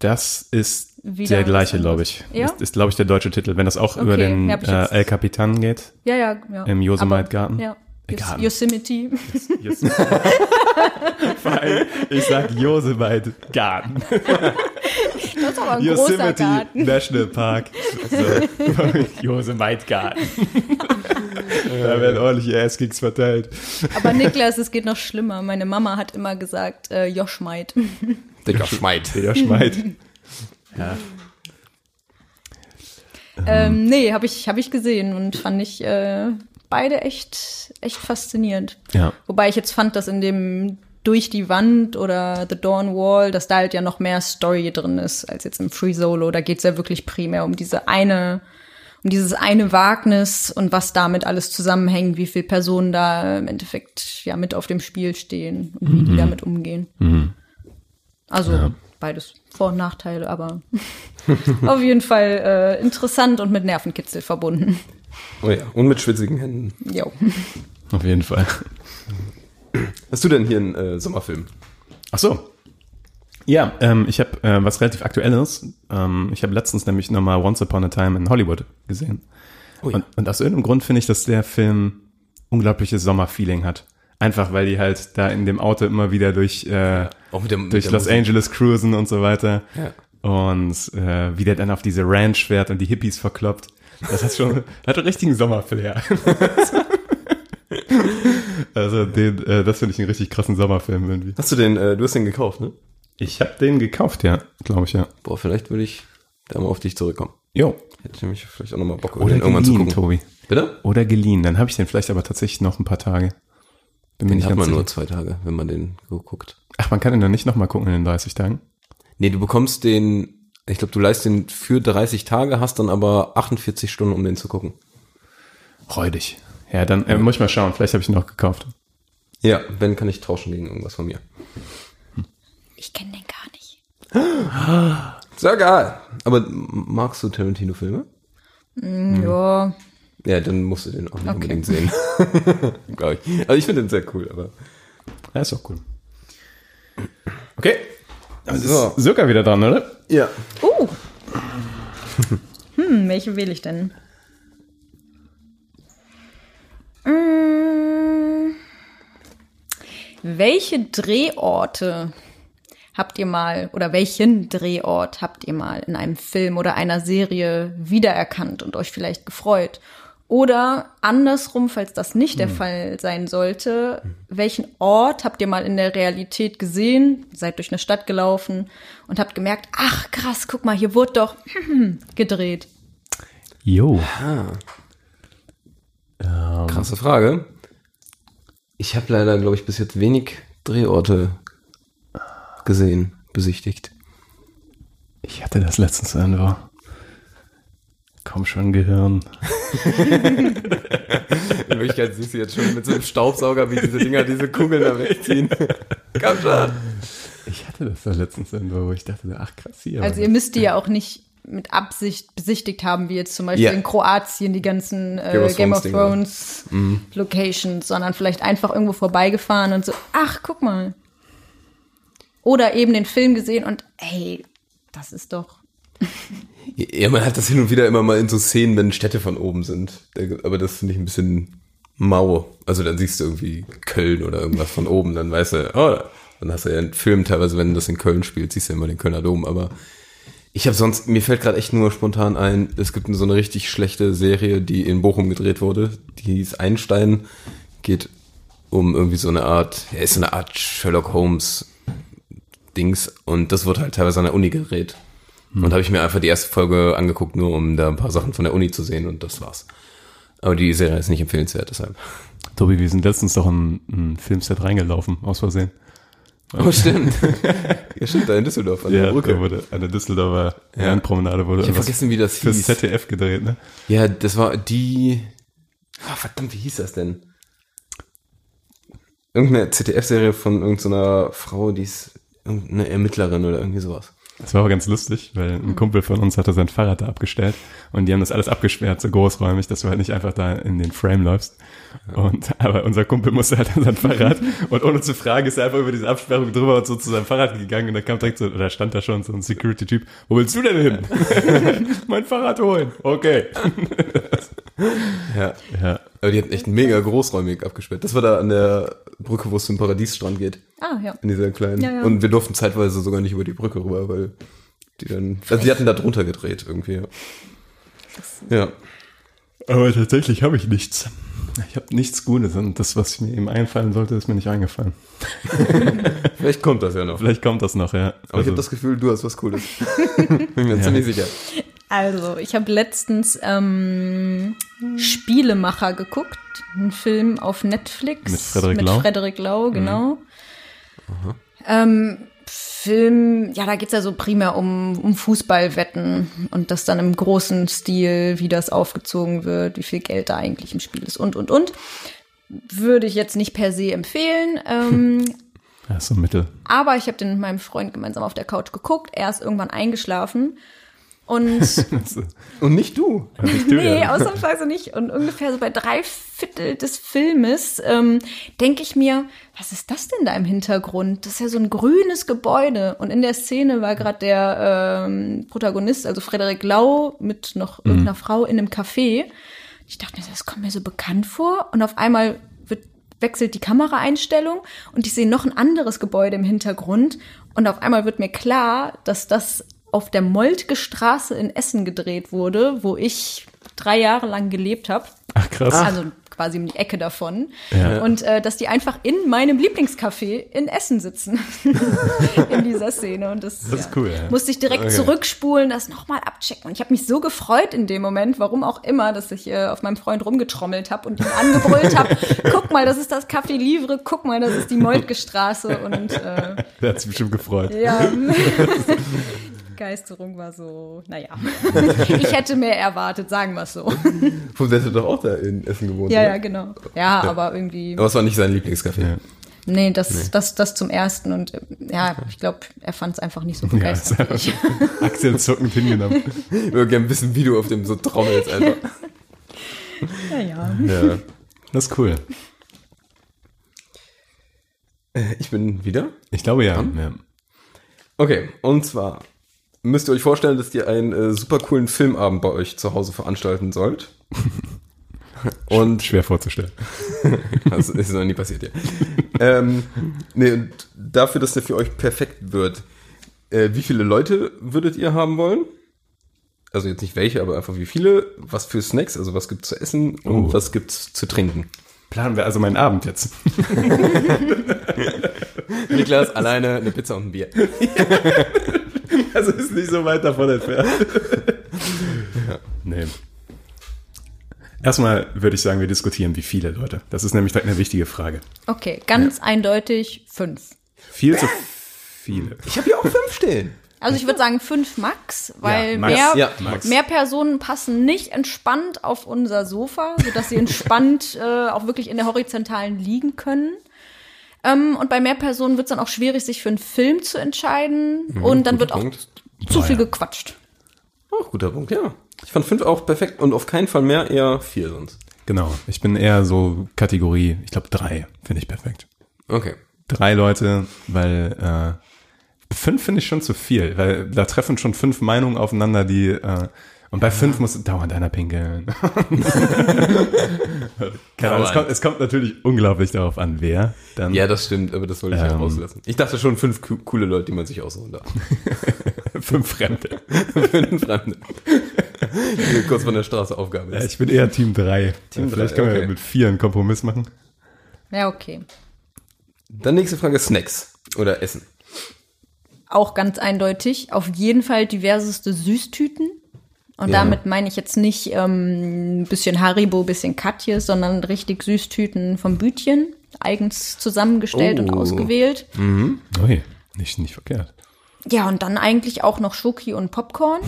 Speaker 2: Das ist
Speaker 1: Wieder
Speaker 2: der
Speaker 1: was
Speaker 2: gleiche,
Speaker 1: anderes.
Speaker 2: glaube ich.
Speaker 1: Ja?
Speaker 2: Ist, ist glaube ich, der deutsche Titel. Wenn das auch über
Speaker 1: Okay,
Speaker 2: den
Speaker 1: ja, hab ich
Speaker 2: äh,
Speaker 1: jetzt-
Speaker 2: El Capitan geht.
Speaker 1: Ja, ja, ja.
Speaker 2: Im Yosemite-Garten?
Speaker 1: Aber- Ja. Yos
Speaker 2: Garten.
Speaker 1: Yosemite.
Speaker 2: Yes. ich sag Yosemite Garden.
Speaker 1: Das ist aber ein großer
Speaker 2: Yosemite
Speaker 1: Garten.
Speaker 2: National Park. So. [laughs] Yosemite Garden. da werden ordentliche Asskicks verteilt.
Speaker 1: Aber Niklas, es geht noch schlimmer. Meine Mama hat immer gesagt, äh, Joschmeit.
Speaker 2: Ähm.
Speaker 6: Dicker Schmeid.
Speaker 2: Peter
Speaker 1: [laughs]
Speaker 2: Schmeid.
Speaker 1: Ähm, nee, habe ich, hab ich gesehen und fand ich äh, beide echt, echt faszinierend.
Speaker 2: Ja.
Speaker 1: Wobei ich jetzt fand, dass in dem Durch die Wand oder The Dawn Wall, dass da halt ja noch mehr Story drin ist als jetzt im Free Solo. Da geht's ja wirklich primär um diese eine, um dieses eine Wagnis und was damit alles zusammenhängt, wie viele Personen da im Endeffekt ja mit auf dem Spiel stehen und wie die damit umgehen. Also beides Vor- und Nachteile, aber [laughs] auf jeden Fall äh, interessant und mit Nervenkitzel verbunden.
Speaker 6: Oh ja, und mit schwitzigen Händen.
Speaker 1: Jo.
Speaker 2: Auf jeden Fall.
Speaker 6: Hast du denn hier einen äh, Sommerfilm?
Speaker 2: Ach so. Ja, ähm, ich habe äh, was relativ Aktuelles. Ähm, ich habe letztens nämlich nochmal Once Upon a Time in Hollywood gesehen.
Speaker 6: Oh ja.
Speaker 2: und, und aus irgendeinem Grund finde ich, dass der Film unglaubliches Sommerfeeling hat. Einfach weil die halt da in dem Auto immer wieder durch, äh,
Speaker 6: Auch mit dem, mit
Speaker 2: durch
Speaker 6: der
Speaker 2: Los
Speaker 6: Musik.
Speaker 2: Angeles cruisen und so weiter.
Speaker 6: Ja.
Speaker 2: Und äh, wie der dann auf [laughs] diese Ranch fährt und die Hippies verkloppt. Das hat schon, hat einen richtigen Sommerflair. [laughs] Also den, äh, das finde ich einen richtig krassen Sommerfilm irgendwie.
Speaker 6: Hast du den, äh, du hast den gekauft, ne?
Speaker 2: Ich habe den gekauft, ja, glaube ich, ja.
Speaker 6: Boah, vielleicht würde ich da mal auf dich zurückkommen.
Speaker 2: Jo.
Speaker 6: Hätte ich nämlich vielleicht auch nochmal Bock,
Speaker 2: Oder
Speaker 6: den irgendwann zu
Speaker 2: geliehen,
Speaker 6: gucken.
Speaker 2: Tobi.
Speaker 6: Bitte?
Speaker 2: Oder geliehen. Dann habe ich den vielleicht aber tatsächlich noch ein paar Tage. Bin mir
Speaker 6: Den hat
Speaker 2: ganz
Speaker 6: man nur
Speaker 2: sicher.
Speaker 6: zwei Tage, wenn man den guckt.
Speaker 2: Ach, man kann den dann nicht nochmal gucken in den 30 Tagen.
Speaker 6: Nee, du bekommst den, ich glaube, du leist den für 30 Tage, hast dann aber 48 Stunden, um den zu gucken.
Speaker 2: Räudig. Ja, dann äh, muss ich mal schauen. Vielleicht habe ich ihn noch gekauft.
Speaker 6: Ja, wenn kann ich tauschen gegen irgendwas von mir.
Speaker 1: Ich kenne den gar nicht.
Speaker 6: Ist ja egal. Aber m- magst du Tarantino-Filme?
Speaker 1: Ja,
Speaker 6: Ja, dann musst du den auch nicht unbedingt sehen. [laughs] Glaub ich. Also ich finde den sehr cool, aber.
Speaker 2: Ja, ist auch cool. Okay.
Speaker 6: So.
Speaker 2: Ist sogar wieder dran, oder?
Speaker 6: Ja.
Speaker 1: Oh. Hm, welche wähle ich denn? Mm. Welche Drehorte habt ihr mal oder welchen Drehort habt ihr mal in einem Film oder einer Serie wiedererkannt und euch vielleicht gefreut? Oder andersrum, falls das nicht der Fall sein sollte, welchen Ort habt ihr mal in der Realität gesehen, seid durch eine Stadt gelaufen und habt gemerkt, ach krass, guck mal, hier wurde doch [clears throat] gedreht.
Speaker 2: Jo.
Speaker 6: Krasse Frage. Ich habe leider, glaube ich, bis jetzt wenig Drehorte gesehen, besichtigt.
Speaker 2: Ich hatte das letztens irgendwo. Komm schon, Gehirn.
Speaker 6: In Wirklichkeit siehst du jetzt schon mit so einem Staubsauger, wie diese Dinger diese Kugeln da wegziehen. [laughs] Komm schon.
Speaker 2: Ich hatte das da letztens irgendwo, wo ich dachte, ach krass hier.
Speaker 1: Also ihr müsst die ja auch nicht mit Absicht besichtigt haben, wie jetzt zum Beispiel
Speaker 6: Ja.
Speaker 1: in Kroatien die ganzen äh,
Speaker 6: Game of Mhm.
Speaker 1: Game of
Speaker 6: Thrones Dinger.
Speaker 1: Thrones Locations, sondern vielleicht einfach irgendwo vorbeigefahren und so, ach, guck mal. Oder eben den Film gesehen und ey, das ist doch.
Speaker 6: Ja, man hat das hin und wieder immer mal in so Szenen, wenn Städte von oben sind. Da- Aber das finde ich ein bisschen mau. Also dann siehst du irgendwie Köln oder irgendwas von oben, dann weißt du, oh, dann hast du ja einen Film teilweise, wenn das in Köln spielt, siehst du ja immer den Kölner Dom. Aber ich habe sonst, mir fällt gerade echt nur spontan ein, es gibt so eine richtig schlechte Serie, die in Bochum gedreht wurde. Die hieß Einstein, geht um irgendwie so eine Art, ja, ist so eine Art Sherlock Holmes Dings und das wurde halt teilweise an der Uni gedreht. Und habe ich mir einfach die erste Folge angeguckt, nur um da ein paar Sachen von der Uni zu sehen und das war's. Aber die Serie ist nicht empfehlenswert, deshalb.
Speaker 2: Tobi, wir sind letztens doch in ein Filmset reingelaufen, aus Versehen.
Speaker 6: Oh, stimmt. [laughs] ja, stimmt, da in Düsseldorf an der Brücke.
Speaker 2: da wurde an der Düsseldorfer
Speaker 6: Ja.
Speaker 2: Landpromenade wurde
Speaker 6: Ich hab
Speaker 2: irgendwas
Speaker 6: vergessen, wie das
Speaker 2: fürs
Speaker 6: hieß.
Speaker 2: ZDF gedreht, ne?
Speaker 6: Ja, das war die. Ah, verdammt, wie hieß das denn? Irgendeine ZDF-Serie von irgendeiner Frau, die ist irgendeine Ermittlerin oder irgendwie sowas.
Speaker 2: Das war aber ganz lustig, weil ein Kumpel von uns hatte sein Fahrrad da abgestellt und die haben das alles abgesperrt, so großräumig, dass du halt nicht einfach da in den Frame läufst. Und, aber unser Kumpel musste halt
Speaker 6: [laughs]
Speaker 2: an sein Fahrrad und ohne zu fragen ist er einfach über diese Absperrung drüber und so zu seinem Fahrrad gegangen und dann kam direkt so, oder stand da schon so ein Security-Typ, wo willst du denn
Speaker 6: [laughs]
Speaker 2: hin? [laughs] mein Fahrrad holen. Okay.
Speaker 6: Ja.
Speaker 2: Ja.
Speaker 6: Aber die hat echt mega großräumig abgesperrt. Das war da an der Brücke, wo es zum Paradiesstrand geht.
Speaker 1: Ah, ja.
Speaker 6: In dieser kleinen.
Speaker 1: Ja, ja.
Speaker 6: Und wir durften zeitweise sogar nicht über die Brücke rüber, weil die dann. Also die hatten da drunter gedreht irgendwie. ja. Ja.
Speaker 2: Aber tatsächlich habe ich nichts. Ich habe nichts Gutes und das, was mir eben einfallen sollte, ist mir nicht eingefallen.
Speaker 6: Vielleicht kommt das ja noch.
Speaker 2: Vielleicht kommt das noch, ja. Also,
Speaker 6: Aber ich habe das Gefühl, du hast was
Speaker 1: [laughs]
Speaker 6: Cooles. Bin mir ziemlich sicher.
Speaker 1: Also, ich habe letztens ähm, Spielemacher geguckt, einen Film auf Netflix.
Speaker 2: Mit Frederik Lau? Mhm.
Speaker 1: Mit Frederik Lau, genau. Ähm, Film, ja, da geht's ja so primär um, um Fußballwetten und das dann im großen Stil, wie das aufgezogen wird, wie viel Geld da eigentlich im Spiel ist und, und, und. Würde ich jetzt nicht per se empfehlen. Ähm,
Speaker 2: Hm. ja, ist so ein Mittel.
Speaker 1: aber ich habe den mit meinem Freund gemeinsam auf der Couch geguckt. Er ist irgendwann eingeschlafen.
Speaker 2: [laughs]
Speaker 1: Und
Speaker 6: Also, Und nicht du.
Speaker 1: Nee, ausnahmsweise nicht. Und ungefähr so bei drei Viertel des Filmes ähm, denke ich mir, was ist das denn da im Hintergrund? Das ist ja so ein grünes Gebäude. Und in der Szene war gerade der ähm, Protagonist, also Frederik Lau, mit noch irgendeiner Frau in einem Café. Ich dachte mir, das kommt mir so bekannt vor. Und auf einmal wird, wechselt die Kameraeinstellung und ich sehe noch ein anderes Gebäude im Hintergrund. Und auf einmal wird mir klar, dass das auf der Moltke Straße in Essen gedreht wurde, wo ich drei Jahre lang gelebt habe.
Speaker 2: Ach krass.
Speaker 1: also quasi um die Ecke davon. Und äh, dass die einfach in meinem Lieblingscafé in Essen sitzen. [laughs] in dieser Szene. Und das,
Speaker 2: Das ist cool, ja.
Speaker 1: Musste ich direkt zurückspulen, das nochmal abchecken. Und ich habe mich so gefreut in dem Moment, warum auch immer, dass ich äh, auf meinem Freund rumgetrommelt habe und ihm angebrüllt habe, guck mal, das ist das Café Livre, guck mal, das ist die Moltke Straße. Und äh,
Speaker 2: Der hat sich bestimmt gefreut.
Speaker 1: ja. Begeisterung war so, naja. [laughs] Ich hätte mehr erwartet, sagen wir es so.
Speaker 6: Vom der hat doch auch da in Essen gewohnt.
Speaker 1: Ja,
Speaker 6: ne?
Speaker 1: ja, genau. Ja, aber irgendwie.
Speaker 6: Aber es war nicht sein Lieblingscafé.
Speaker 1: Nee, das, das, das zum ersten und äh, ja, ich glaube, er fand es einfach nicht so
Speaker 2: Ja, ist [laughs]
Speaker 1: begeistert.
Speaker 2: einfach
Speaker 1: [laughs]
Speaker 2: achselzuckend hingenommen.
Speaker 6: Ich würde gerne wissen, wie du auf dem so trommelst,
Speaker 1: [laughs]
Speaker 6: Alter.
Speaker 1: naja.
Speaker 6: ja.
Speaker 2: Das ist cool.
Speaker 6: Äh, Ich bin wieder.
Speaker 2: Ich glaube ja. ja.
Speaker 6: Okay, und zwar müsst ihr euch vorstellen, dass ihr einen äh, super coolen Filmabend bei euch zu Hause veranstalten [laughs] sollt. und
Speaker 2: Schwer vorzustellen.
Speaker 6: das ist noch nie passiert, ja. ähm, nee, und dafür, dass der für euch perfekt wird, äh, wie viele Leute würdet ihr haben wollen? Also jetzt nicht welche, aber einfach wie viele. Was für Snacks, also was gibt's zu essen und
Speaker 2: Oh.
Speaker 6: was gibt's zu trinken?
Speaker 2: Planen wir also meinen Abend jetzt.
Speaker 6: Niklas alleine eine Pizza und ein Bier.
Speaker 2: Also ist nicht so weit davon entfernt. Nee. Erstmal würde ich sagen, wir diskutieren, wie viele Leute. Das ist nämlich direkt eine wichtige Frage.
Speaker 1: [laughs] Okay, ganz eindeutig fünf.
Speaker 2: Viel zu viele.
Speaker 6: Ich habe hier auch fünf stehen.
Speaker 1: Also ich würde sagen fünf Max, weil
Speaker 2: Ja, Max.
Speaker 1: mehr,
Speaker 6: Ja, Max.
Speaker 1: mehr Personen passen nicht entspannt auf unser Sofa, sodass
Speaker 2: [laughs]
Speaker 1: sie entspannt äh, auch wirklich in der Horizontalen liegen können. Ähm, und bei mehr Personen wird es dann auch schwierig, sich für einen Film zu entscheiden.
Speaker 2: Mhm,
Speaker 1: und dann wird auch zu viel gequatscht.
Speaker 6: Auch guter Punkt, ja. Ich fand fünf auch perfekt und auf keinen Fall mehr, eher vier sonst.
Speaker 2: Genau. Ich bin eher so Kategorie, ich glaube drei finde ich perfekt.
Speaker 6: Okay.
Speaker 2: Drei Leute, weil äh, fünf finde ich schon zu viel, weil da treffen schon fünf Meinungen aufeinander, die äh, und bei fünf muss dauernd einer pinkeln. Keine Ahnung, es, kommt, es kommt natürlich unglaublich darauf an, wer dann
Speaker 6: Ja, das stimmt, aber das wollte ich ja
Speaker 2: Ähm.
Speaker 6: rauslassen. Ich dachte schon fünf coo- coole Leute, die man sich aussuchen darf.
Speaker 2: fünf Fremde.
Speaker 6: fünf Fremde. Die kurz von der Straße Aufgabe
Speaker 2: Ja,
Speaker 6: ist.
Speaker 2: ich bin eher Team 3. Team Vielleicht
Speaker 6: drei,
Speaker 2: können wir
Speaker 6: okay.
Speaker 2: mit 4 einen Kompromiss machen.
Speaker 1: Ja, okay.
Speaker 6: Dann nächste Frage, Snacks oder Essen.
Speaker 1: auch ganz eindeutig. Auf jeden Fall diverseste Süßtüten. Und
Speaker 6: Ja.
Speaker 1: damit meine ich jetzt nicht ähm, ein bisschen Haribo, ein bisschen Katjes, sondern richtig Süßtüten vom Bütchen, eigens zusammengestellt und
Speaker 6: Oh.
Speaker 1: ausgewählt.
Speaker 2: Ui, nicht, nicht verkehrt.
Speaker 1: Ja, und dann eigentlich auch noch Schoki und Popcorn.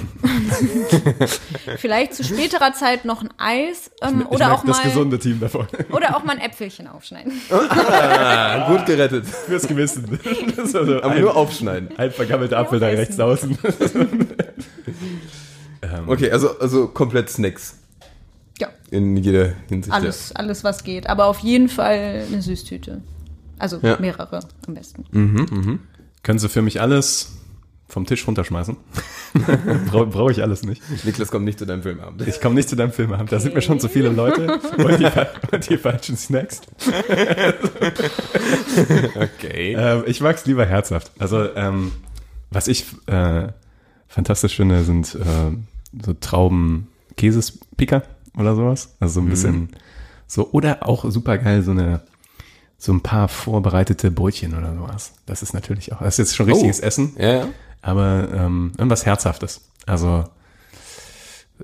Speaker 1: Vielleicht zu späterer Zeit noch ein Eis ähm,
Speaker 2: ich
Speaker 1: oder,
Speaker 2: mag
Speaker 1: auch
Speaker 2: das
Speaker 1: mal,
Speaker 2: gesunde Team davon. [laughs]
Speaker 1: oder auch mal ein Äpfelchen aufschneiden.
Speaker 6: Ah, gut gerettet.
Speaker 2: Fürs Gewissen. [laughs] Das ist also
Speaker 6: Aber
Speaker 2: ein,
Speaker 6: nur aufschneiden.
Speaker 2: halb vergammelter Apfel da
Speaker 1: essen.
Speaker 2: rechts außen.
Speaker 6: Okay, also, also komplett Snacks
Speaker 1: Ja,
Speaker 6: in jeder Hinsicht.
Speaker 1: alles, alles was geht. Aber auf jeden Fall eine Süßtüte. Also
Speaker 6: Ja.
Speaker 1: mehrere am besten.
Speaker 2: Können Sie für mich alles vom Tisch runterschmeißen? Brauche brauch ich alles nicht.
Speaker 6: Ja. Niklas kommt nicht zu deinem Filmabend.
Speaker 2: Ich komme nicht zu deinem Filmabend. Da sind mir schon zu viele Leute und die, fa- und die falschen Snacks.
Speaker 6: Okay.
Speaker 2: Ähm, ich mag es lieber herzhaft. Also, ähm, was ich äh, fantastisch finde, sind äh, so Trauben Käsespicker oder sowas. Also so ein bisschen so, oder auch super geil, so eine so ein paar vorbereitete Brötchen oder sowas. Das ist natürlich auch, das ist jetzt schon richtiges
Speaker 6: Oh.
Speaker 2: Essen,
Speaker 6: Ja, ja.
Speaker 2: aber ähm, irgendwas Herzhaftes. Also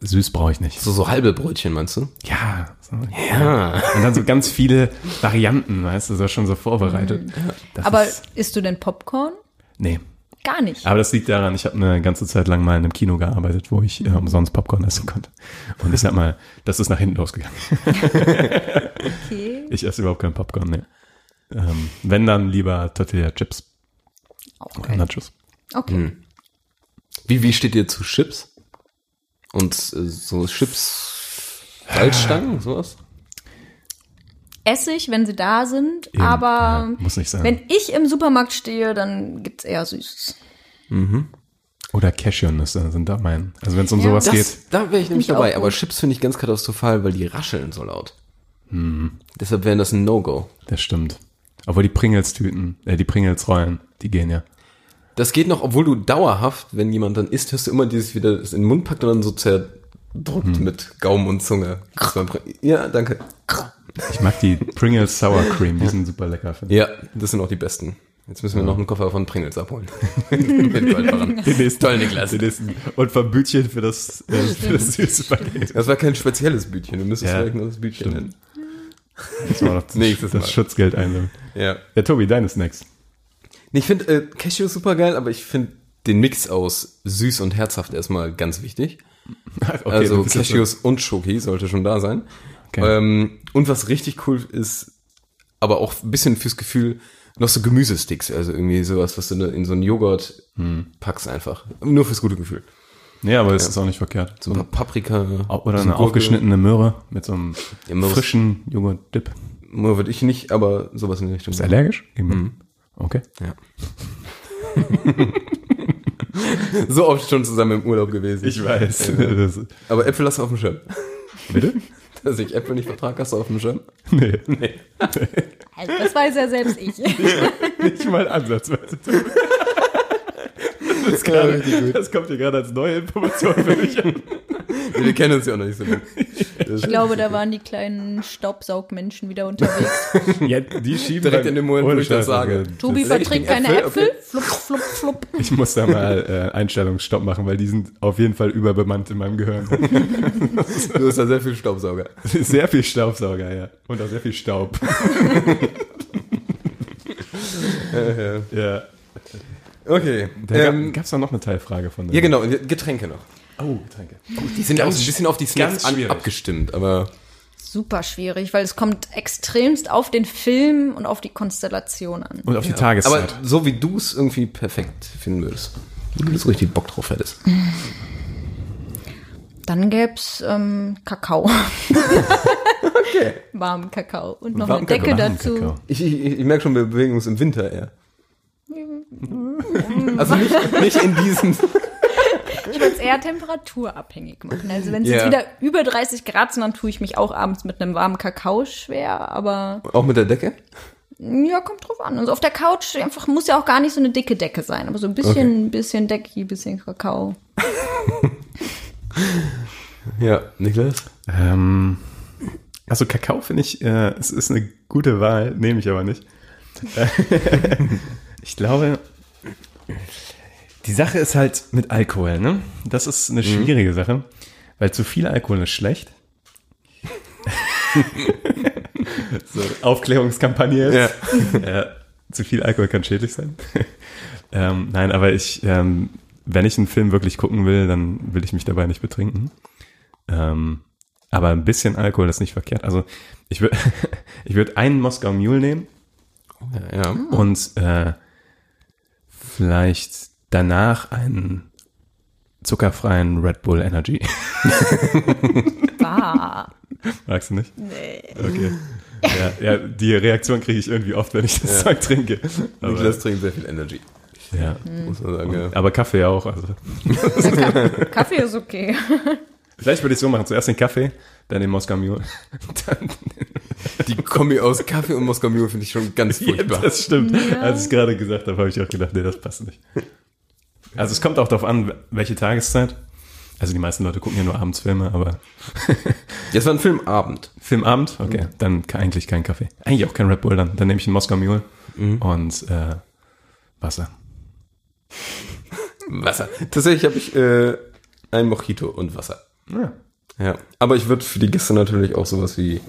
Speaker 2: süß brauche ich nicht.
Speaker 6: So, so halbe Brötchen meinst du?
Speaker 2: Ja, so.
Speaker 6: Ja.
Speaker 2: Und dann so ganz viele Varianten, weißt du, so schon so vorbereitet. Das
Speaker 1: Mhm. Aber
Speaker 2: ist,
Speaker 1: isst du denn Popcorn?
Speaker 2: nee.
Speaker 1: Gar nicht.
Speaker 2: Aber das liegt daran, ich habe eine ganze Zeit lang mal in einem Kino gearbeitet, wo ich äh, umsonst Popcorn essen konnte. Und ich sag mal, das ist nach hinten losgegangen.
Speaker 1: Okay.
Speaker 2: Ich esse überhaupt keinen Popcorn, ne. Ähm, wenn dann lieber Tortilla Chips
Speaker 1: Auch
Speaker 2: oder
Speaker 1: geil.
Speaker 2: Nachos.
Speaker 1: Okay.
Speaker 6: Wie, wie steht ihr zu Chips? Und äh, so Chips, Salzstangen, sowas?
Speaker 1: Essig, wenn sie da sind,
Speaker 2: Eben,
Speaker 1: aber
Speaker 2: ja, muss nicht sein.
Speaker 1: wenn ich im Supermarkt stehe, dann gibt's eher Süßes.
Speaker 2: Oder Cashewnüsse sind da mein. Also wenn es um sowas geht.
Speaker 6: Da wäre ich nämlich
Speaker 1: Mich auch
Speaker 6: dabei,
Speaker 1: gut.
Speaker 6: aber Chips finde ich ganz katastrophal, weil die rascheln so laut. Deshalb wären das ein No-Go.
Speaker 2: Das stimmt. Obwohl die Pringles-Tüten, äh, die Pringles-Rollen, die gehen ja.
Speaker 6: Das geht noch, obwohl du dauerhaft, wenn jemand dann isst, hörst du immer dieses wieder das in den Mund packt und dann so zer drückt
Speaker 2: Hm.
Speaker 6: mit Gaumen und Zunge. Das war pr- Ja, danke.
Speaker 2: Ich mag die Pringles Sour Cream, die sind super lecker. finde
Speaker 6: Ja, das sind auch die besten. Jetzt müssen wir noch einen Koffer von Pringles abholen. [laughs] Mit
Speaker 2: [laughs]
Speaker 6: Goldbarren.
Speaker 2: nächsten-
Speaker 6: Toll, Niklas.
Speaker 2: ich. Und vom Bütchen für das, äh, für das süße Paket.
Speaker 6: Das war kein spezielles Bütchen. Du müsstest
Speaker 2: Ja,
Speaker 6: vielleicht nur das Bütchen nennen.
Speaker 2: Das war noch das,
Speaker 6: Nächstes Mal.
Speaker 2: das Schutzgeld einsammeln.
Speaker 6: Ja.
Speaker 2: Ja, Tobi, deine Snacks. [laughs]
Speaker 6: Nee, Ich finde äh, Cashew super geil, aber ich finde den Mix aus süß und herzhaft erstmal ganz wichtig.
Speaker 2: Okay,
Speaker 6: also
Speaker 2: dann ist das so.
Speaker 6: Cashews und Schoki sollte schon da sein.
Speaker 2: Okay.
Speaker 6: Ähm, und was richtig cool ist, aber auch ein bisschen fürs Gefühl, noch so Gemüsesticks, also irgendwie sowas, was du ne- in so einen Joghurt
Speaker 2: Hm.
Speaker 6: packst einfach. Nur fürs gute Gefühl.
Speaker 2: Ja, aber es ist auch nicht verkehrt.
Speaker 6: So ein paar Paprika.
Speaker 2: Oder
Speaker 6: bisschen
Speaker 2: eine
Speaker 6: Gurke.
Speaker 2: aufgeschnittene Möhre mit so einem
Speaker 6: Ja, Möhre ist-
Speaker 2: frischen Joghurt-Dip.
Speaker 6: Nur würde ich nicht, aber sowas in die Richtung.
Speaker 2: Ist allergisch? Mhm. Okay.
Speaker 6: Ja. [laughs] so oft schon zusammen im Urlaub gewesen.
Speaker 2: weiß. [laughs] Das,
Speaker 6: Aber Äpfel hast du auf dem Schirm. [laughs]
Speaker 2: bitte?
Speaker 6: Dass ich Äpfel nicht vertrage, hast du auf dem
Speaker 2: [laughs]
Speaker 6: Schirm.
Speaker 2: Nee. nee.
Speaker 6: [laughs]
Speaker 1: [laughs] Also, das weiß ja selbst ich.
Speaker 2: Nicht mal ansatzweise. [laughs] Das, ist
Speaker 6: gerade- richtig gut.
Speaker 2: das kommt hier gerade als neue Information für mich.
Speaker 6: Nee, Wir kennen uns ja auch noch nicht so gut.
Speaker 1: Ich glaube, da waren die kleinen Staubsaugmenschen wieder
Speaker 2: [laughs] [laughs]
Speaker 1: unterwegs.
Speaker 2: Ja, die schieben
Speaker 6: Direkt
Speaker 2: dann-
Speaker 6: in dem Moment, wo
Speaker 2: Ohne
Speaker 6: ich das
Speaker 2: Scheiß,
Speaker 6: sage.
Speaker 2: also,
Speaker 1: Tobi
Speaker 6: Das-
Speaker 1: verträgt keine
Speaker 6: Äpfel,
Speaker 1: Äpfel.
Speaker 6: okay.
Speaker 1: Flupp, flupp, flupp.
Speaker 2: Ich muss da mal äh, Einstellungsstopp machen, weil die sind auf jeden Fall überbemannt in meinem [laughs] Gehirn.
Speaker 6: Du hast ja sehr viel Staubsauger.
Speaker 2: Sehr viel Staubsauger, ja. Und auch sehr viel [laughs] Staub. ja.
Speaker 6: Okay.
Speaker 2: Da
Speaker 6: Ähm,
Speaker 2: gab es noch eine Teilfrage von dir.
Speaker 6: ja, genau. und Getränke noch.
Speaker 2: Oh, danke.
Speaker 6: Die sind ja auch so ein bisschen auf die Snacks
Speaker 2: ganz
Speaker 6: an,
Speaker 2: schwierig.
Speaker 6: abgestimmt, aber
Speaker 1: Super schwierig, weil es kommt extremst auf den Film und auf die Konstellation an.
Speaker 2: Und auf die Tageszeit.
Speaker 6: aber so wie du es irgendwie perfekt finden würdest. Wie du so richtig Bock drauf hättest.
Speaker 1: Dann gäb's ähm, Kakao.
Speaker 2: [laughs]
Speaker 1: okay. Warmen Kakao. Und noch
Speaker 6: Warmen
Speaker 1: eine Decke
Speaker 2: Warmen
Speaker 1: dazu.
Speaker 2: Kakao.
Speaker 6: Ich, ich, ich merke schon, wir bewegen uns im Winter
Speaker 2: [laughs]
Speaker 6: eher. Also nicht, nicht in diesem.
Speaker 1: Ich würde es eher temperaturabhängig machen. Also wenn es
Speaker 6: Ja.
Speaker 1: jetzt wieder über 30 Grad sind, dann tue ich mich auch abends mit einem warmen Kakao schwer. Aber
Speaker 6: Auch mit der Decke?
Speaker 1: ja, kommt drauf an. Also auf der Couch einfach muss ja auch gar nicht so eine dicke Decke sein. Aber so ein bisschen,
Speaker 6: Okay.
Speaker 1: ein bisschen Decki, ein bisschen Kakao.
Speaker 6: Ja, Niklas?
Speaker 2: Ähm, also Kakao finde ich, äh, es ist eine gute Wahl, nehme ich aber nicht. Äh, [laughs] ich glaube, die Sache ist halt mit Alkohol, ne? Das ist eine schwierige Sache, weil zu viel Alkohol ist schlecht. so, Aufklärungskampagne jetzt. [laughs] Ja, zu viel Alkohol kann schädlich sein. [laughs] ähm, nein, aber ich, ähm, wenn ich einen Film wirklich gucken will, dann will ich mich dabei nicht betrinken. Ähm, aber ein bisschen Alkohol ist nicht verkehrt. Also ich würde [laughs] ich würd einen Moskau Mule nehmen
Speaker 6: Ja, ja.
Speaker 2: und äh, vielleicht danach einen zuckerfreien Red Bull Energy.
Speaker 1: Bah.
Speaker 2: Magst du nicht? Nee. Okay. Ja, ja die Reaktion kriege ich irgendwie oft, wenn ich das Zeug trinke. Aber,
Speaker 6: Niklas trinkt sehr viel Energy,
Speaker 2: ja.
Speaker 6: muss man sagen. Ja.
Speaker 2: aber Kaffee auch. Also.
Speaker 1: Kaffee ist okay.
Speaker 2: Vielleicht würde ich so machen. Zuerst den Kaffee, dann den Moskau Mule. Dann
Speaker 6: Die Kombi aus Kaffee und Moskau Mule finde ich schon
Speaker 2: [laughs]
Speaker 6: ganz
Speaker 2: Ja,
Speaker 6: furchtbar.
Speaker 2: das stimmt. Als ich gerade gesagt habe, habe ich auch gedacht, nee, das passt nicht. Also es kommt auch darauf an, welche Tageszeit. Also die meisten Leute gucken ja nur abends Filme, aber [laughs]
Speaker 6: Jetzt war ein Filmabend.
Speaker 2: Filmabend, okay, dann ke- eigentlich kein Kaffee. Eigentlich auch kein Red Bull, dann, dann nehme ich einen Moskau Mule
Speaker 6: Mhm.
Speaker 2: und äh, Wasser.
Speaker 6: Wasser. Tatsächlich habe ich äh, ein Mojito und Wasser.
Speaker 2: Ja.
Speaker 6: Ja. Aber ich würde für die Gäste natürlich auch sowas wie,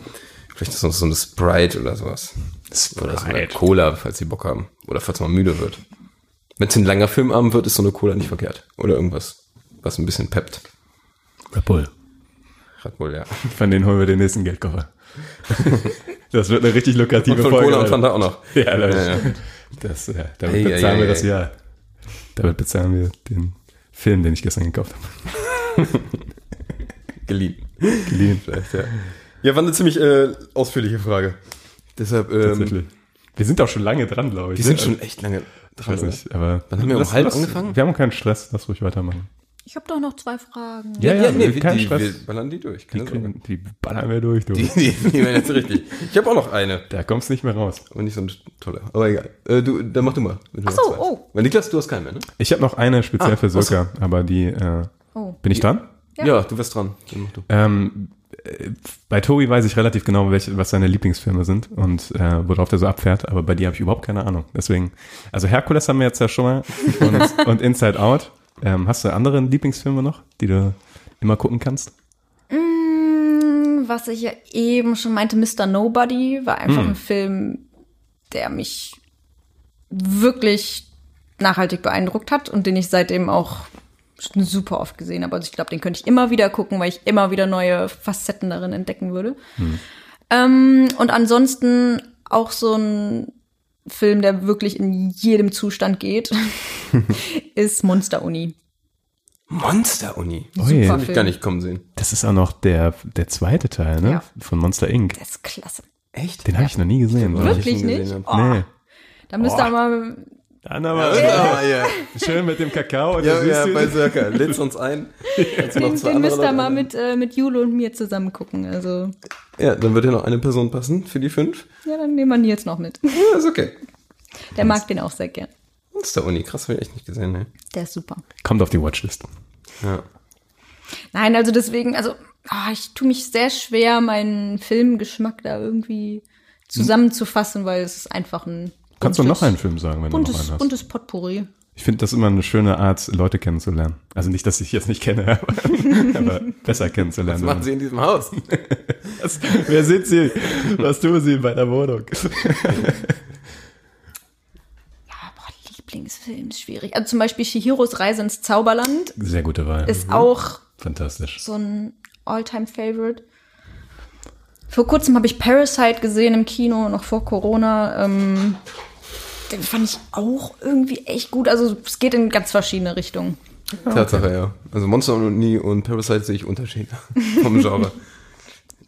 Speaker 6: vielleicht ist noch so eine Sprite oder sowas. Oder so eine Cola, falls sie Bock haben. Oder falls man müde wird. Wenn es ein langer Filmabend wird, ist so eine Cola nicht verkehrt. Oder irgendwas, was ein bisschen peppt.
Speaker 2: Red Bull.
Speaker 6: Red Bull, ja.
Speaker 2: Von denen holen wir den nächsten
Speaker 6: [laughs]
Speaker 2: Geldkoffer. das wird eine richtig lukrative
Speaker 6: Von
Speaker 2: Folge.
Speaker 6: Cola und
Speaker 2: Alter.
Speaker 6: Fanta auch noch.
Speaker 2: Ja, Leute.
Speaker 6: Ja, ja.
Speaker 2: Das, äh, damit
Speaker 6: Ei, ei,
Speaker 2: bezahlen wir
Speaker 6: ei,
Speaker 2: das
Speaker 6: ei.
Speaker 2: Jahr. Damit bezahlen wir den Film, den ich gestern gekauft
Speaker 6: [laughs]
Speaker 2: habe.
Speaker 6: Geliehen.
Speaker 2: Geliehen.
Speaker 6: Vielleicht, ja. Ja, war eine ziemlich äh, ausführliche Frage. Deshalb, ähm,
Speaker 2: Tatsächlich. wir sind auch schon lange dran, glaube ich.
Speaker 6: die sind schon echt lange
Speaker 2: Ich
Speaker 6: dran.
Speaker 2: weiß
Speaker 6: oder?
Speaker 2: nicht, aber.
Speaker 6: Wann haben wir um
Speaker 2: Lass-
Speaker 6: halb
Speaker 2: lass-
Speaker 6: angefangen?
Speaker 2: Wir haben keinen Stress, lass ruhig weitermachen.
Speaker 1: Ich habe doch noch zwei Fragen.
Speaker 6: Ja, ja, nee, wir,
Speaker 2: keinen
Speaker 6: die,
Speaker 2: Stress.
Speaker 6: wir ballern die durch. Keine
Speaker 2: die,
Speaker 6: Sorge.
Speaker 2: kriegen, die ballern wir durch, du.
Speaker 6: Die, die, [laughs] die waren jetzt richtig. Ich habe auch noch eine.
Speaker 2: Da kommst du nicht mehr raus.
Speaker 6: Aber nicht so eine tolle. Aber egal. Äh, du, dann mach du mal. Ach
Speaker 1: so, oh.
Speaker 6: Weil Niklas, du hast keine mehr, ne?
Speaker 2: Ich habe noch eine speziell
Speaker 6: Ah,
Speaker 2: für
Speaker 6: was-
Speaker 2: Sirka, aber die. Äh,
Speaker 1: Oh.
Speaker 2: Bin ich dran?
Speaker 6: Ja, du wärst dran. Dann mach du.
Speaker 2: Ähm, äh, bei Tobi weiß ich relativ genau, welche, was seine Lieblingsfilme sind und äh, worauf der so abfährt, aber bei dir habe ich überhaupt keine Ahnung. Deswegen, also Herkules haben wir jetzt ja schon mal
Speaker 6: [laughs]
Speaker 2: und, und Inside Out. Ähm, hast du andere Lieblingsfilme noch, die du immer gucken kannst?
Speaker 1: was ich ja eben schon meinte, Mr. Nobody war einfach ein Film, der mich wirklich nachhaltig beeindruckt hat und den ich seitdem auch super oft gesehen habe. Also ich glaube, den könnte ich immer wieder gucken, weil ich immer wieder neue Facetten darin entdecken würde. Ähm, und ansonsten auch so ein Film, der wirklich in jedem Zustand geht, [laughs] ist Monster Uni.
Speaker 6: Monster-Uni.
Speaker 2: Ui,
Speaker 6: Hab ich gar nicht kommen sehen.
Speaker 2: das ist auch noch der, der zweite Teil, ne?
Speaker 1: Ja.
Speaker 2: Von Monster Inc.
Speaker 1: Das ist klasse.
Speaker 6: Echt?
Speaker 2: Den habe ich noch nie gesehen. glaub ich.
Speaker 1: Wirklich
Speaker 6: schon gesehen hab.
Speaker 1: nicht? Oh,
Speaker 2: Nee.
Speaker 1: Da müsst ihr mal
Speaker 2: Anna war
Speaker 6: Ah, [laughs] ja.
Speaker 2: schön mit dem Kakao und
Speaker 6: Ja,
Speaker 2: der
Speaker 6: ja,
Speaker 2: Süße.
Speaker 6: bei Sörker. Lädst uns [laughs] ein. Kannst du noch
Speaker 1: den,
Speaker 6: zwei
Speaker 1: den
Speaker 6: andere
Speaker 1: müsst ihr
Speaker 6: Leute
Speaker 1: mal
Speaker 6: einladen?
Speaker 1: mit, äh, mit Jule und mir zusammen gucken. Also,
Speaker 6: Ja, dann wird ja noch eine Person passen für die fünf.
Speaker 1: ja, dann nehmen wir Nils noch mit.
Speaker 6: Ja, ist okay.
Speaker 1: Der mag den auch sehr gern.
Speaker 6: Monster-Uni. Krass, habe ich echt nicht gesehen, ne?
Speaker 1: Der ist super.
Speaker 2: Kommt auf die Watchlist.
Speaker 6: Ja.
Speaker 1: Nein, also deswegen, also, ah, ich tue mich sehr schwer, meinen Filmgeschmack da irgendwie zusammenzufassen, weil es ist einfach ein.
Speaker 2: Kannst du
Speaker 1: buntes-
Speaker 2: noch einen Film sagen, wenn du noch
Speaker 1: Buntes,
Speaker 2: einen hast?
Speaker 1: buntes Potpourri.
Speaker 2: Ich finde das immer eine schöne Art, Leute kennenzulernen. Also nicht, dass ich jetzt nicht kenne, [laughs] aber, aber besser kennenzulernen.
Speaker 6: Was machen sie in diesem Haus?
Speaker 2: Wer sind sie? Was tun sie in meiner Wohnung?
Speaker 1: Ja, boah, Lieblingsfilm ist schwierig. Also zum Beispiel Shihiros Reise ins Zauberland
Speaker 2: Sehr gute Wahl.
Speaker 1: ist auch
Speaker 2: Fantastisch.
Speaker 1: so ein All-Time-Favorite. Vor kurzem habe ich Parasite gesehen im Kino, noch vor Corona. Ähm, den fand ich auch irgendwie echt gut. Also es geht in ganz verschiedene Richtungen.
Speaker 6: [laughs] Tatsache, ja. Also Monster-Uni und Parasite sehe ich Unterschiede [laughs] vom Genre.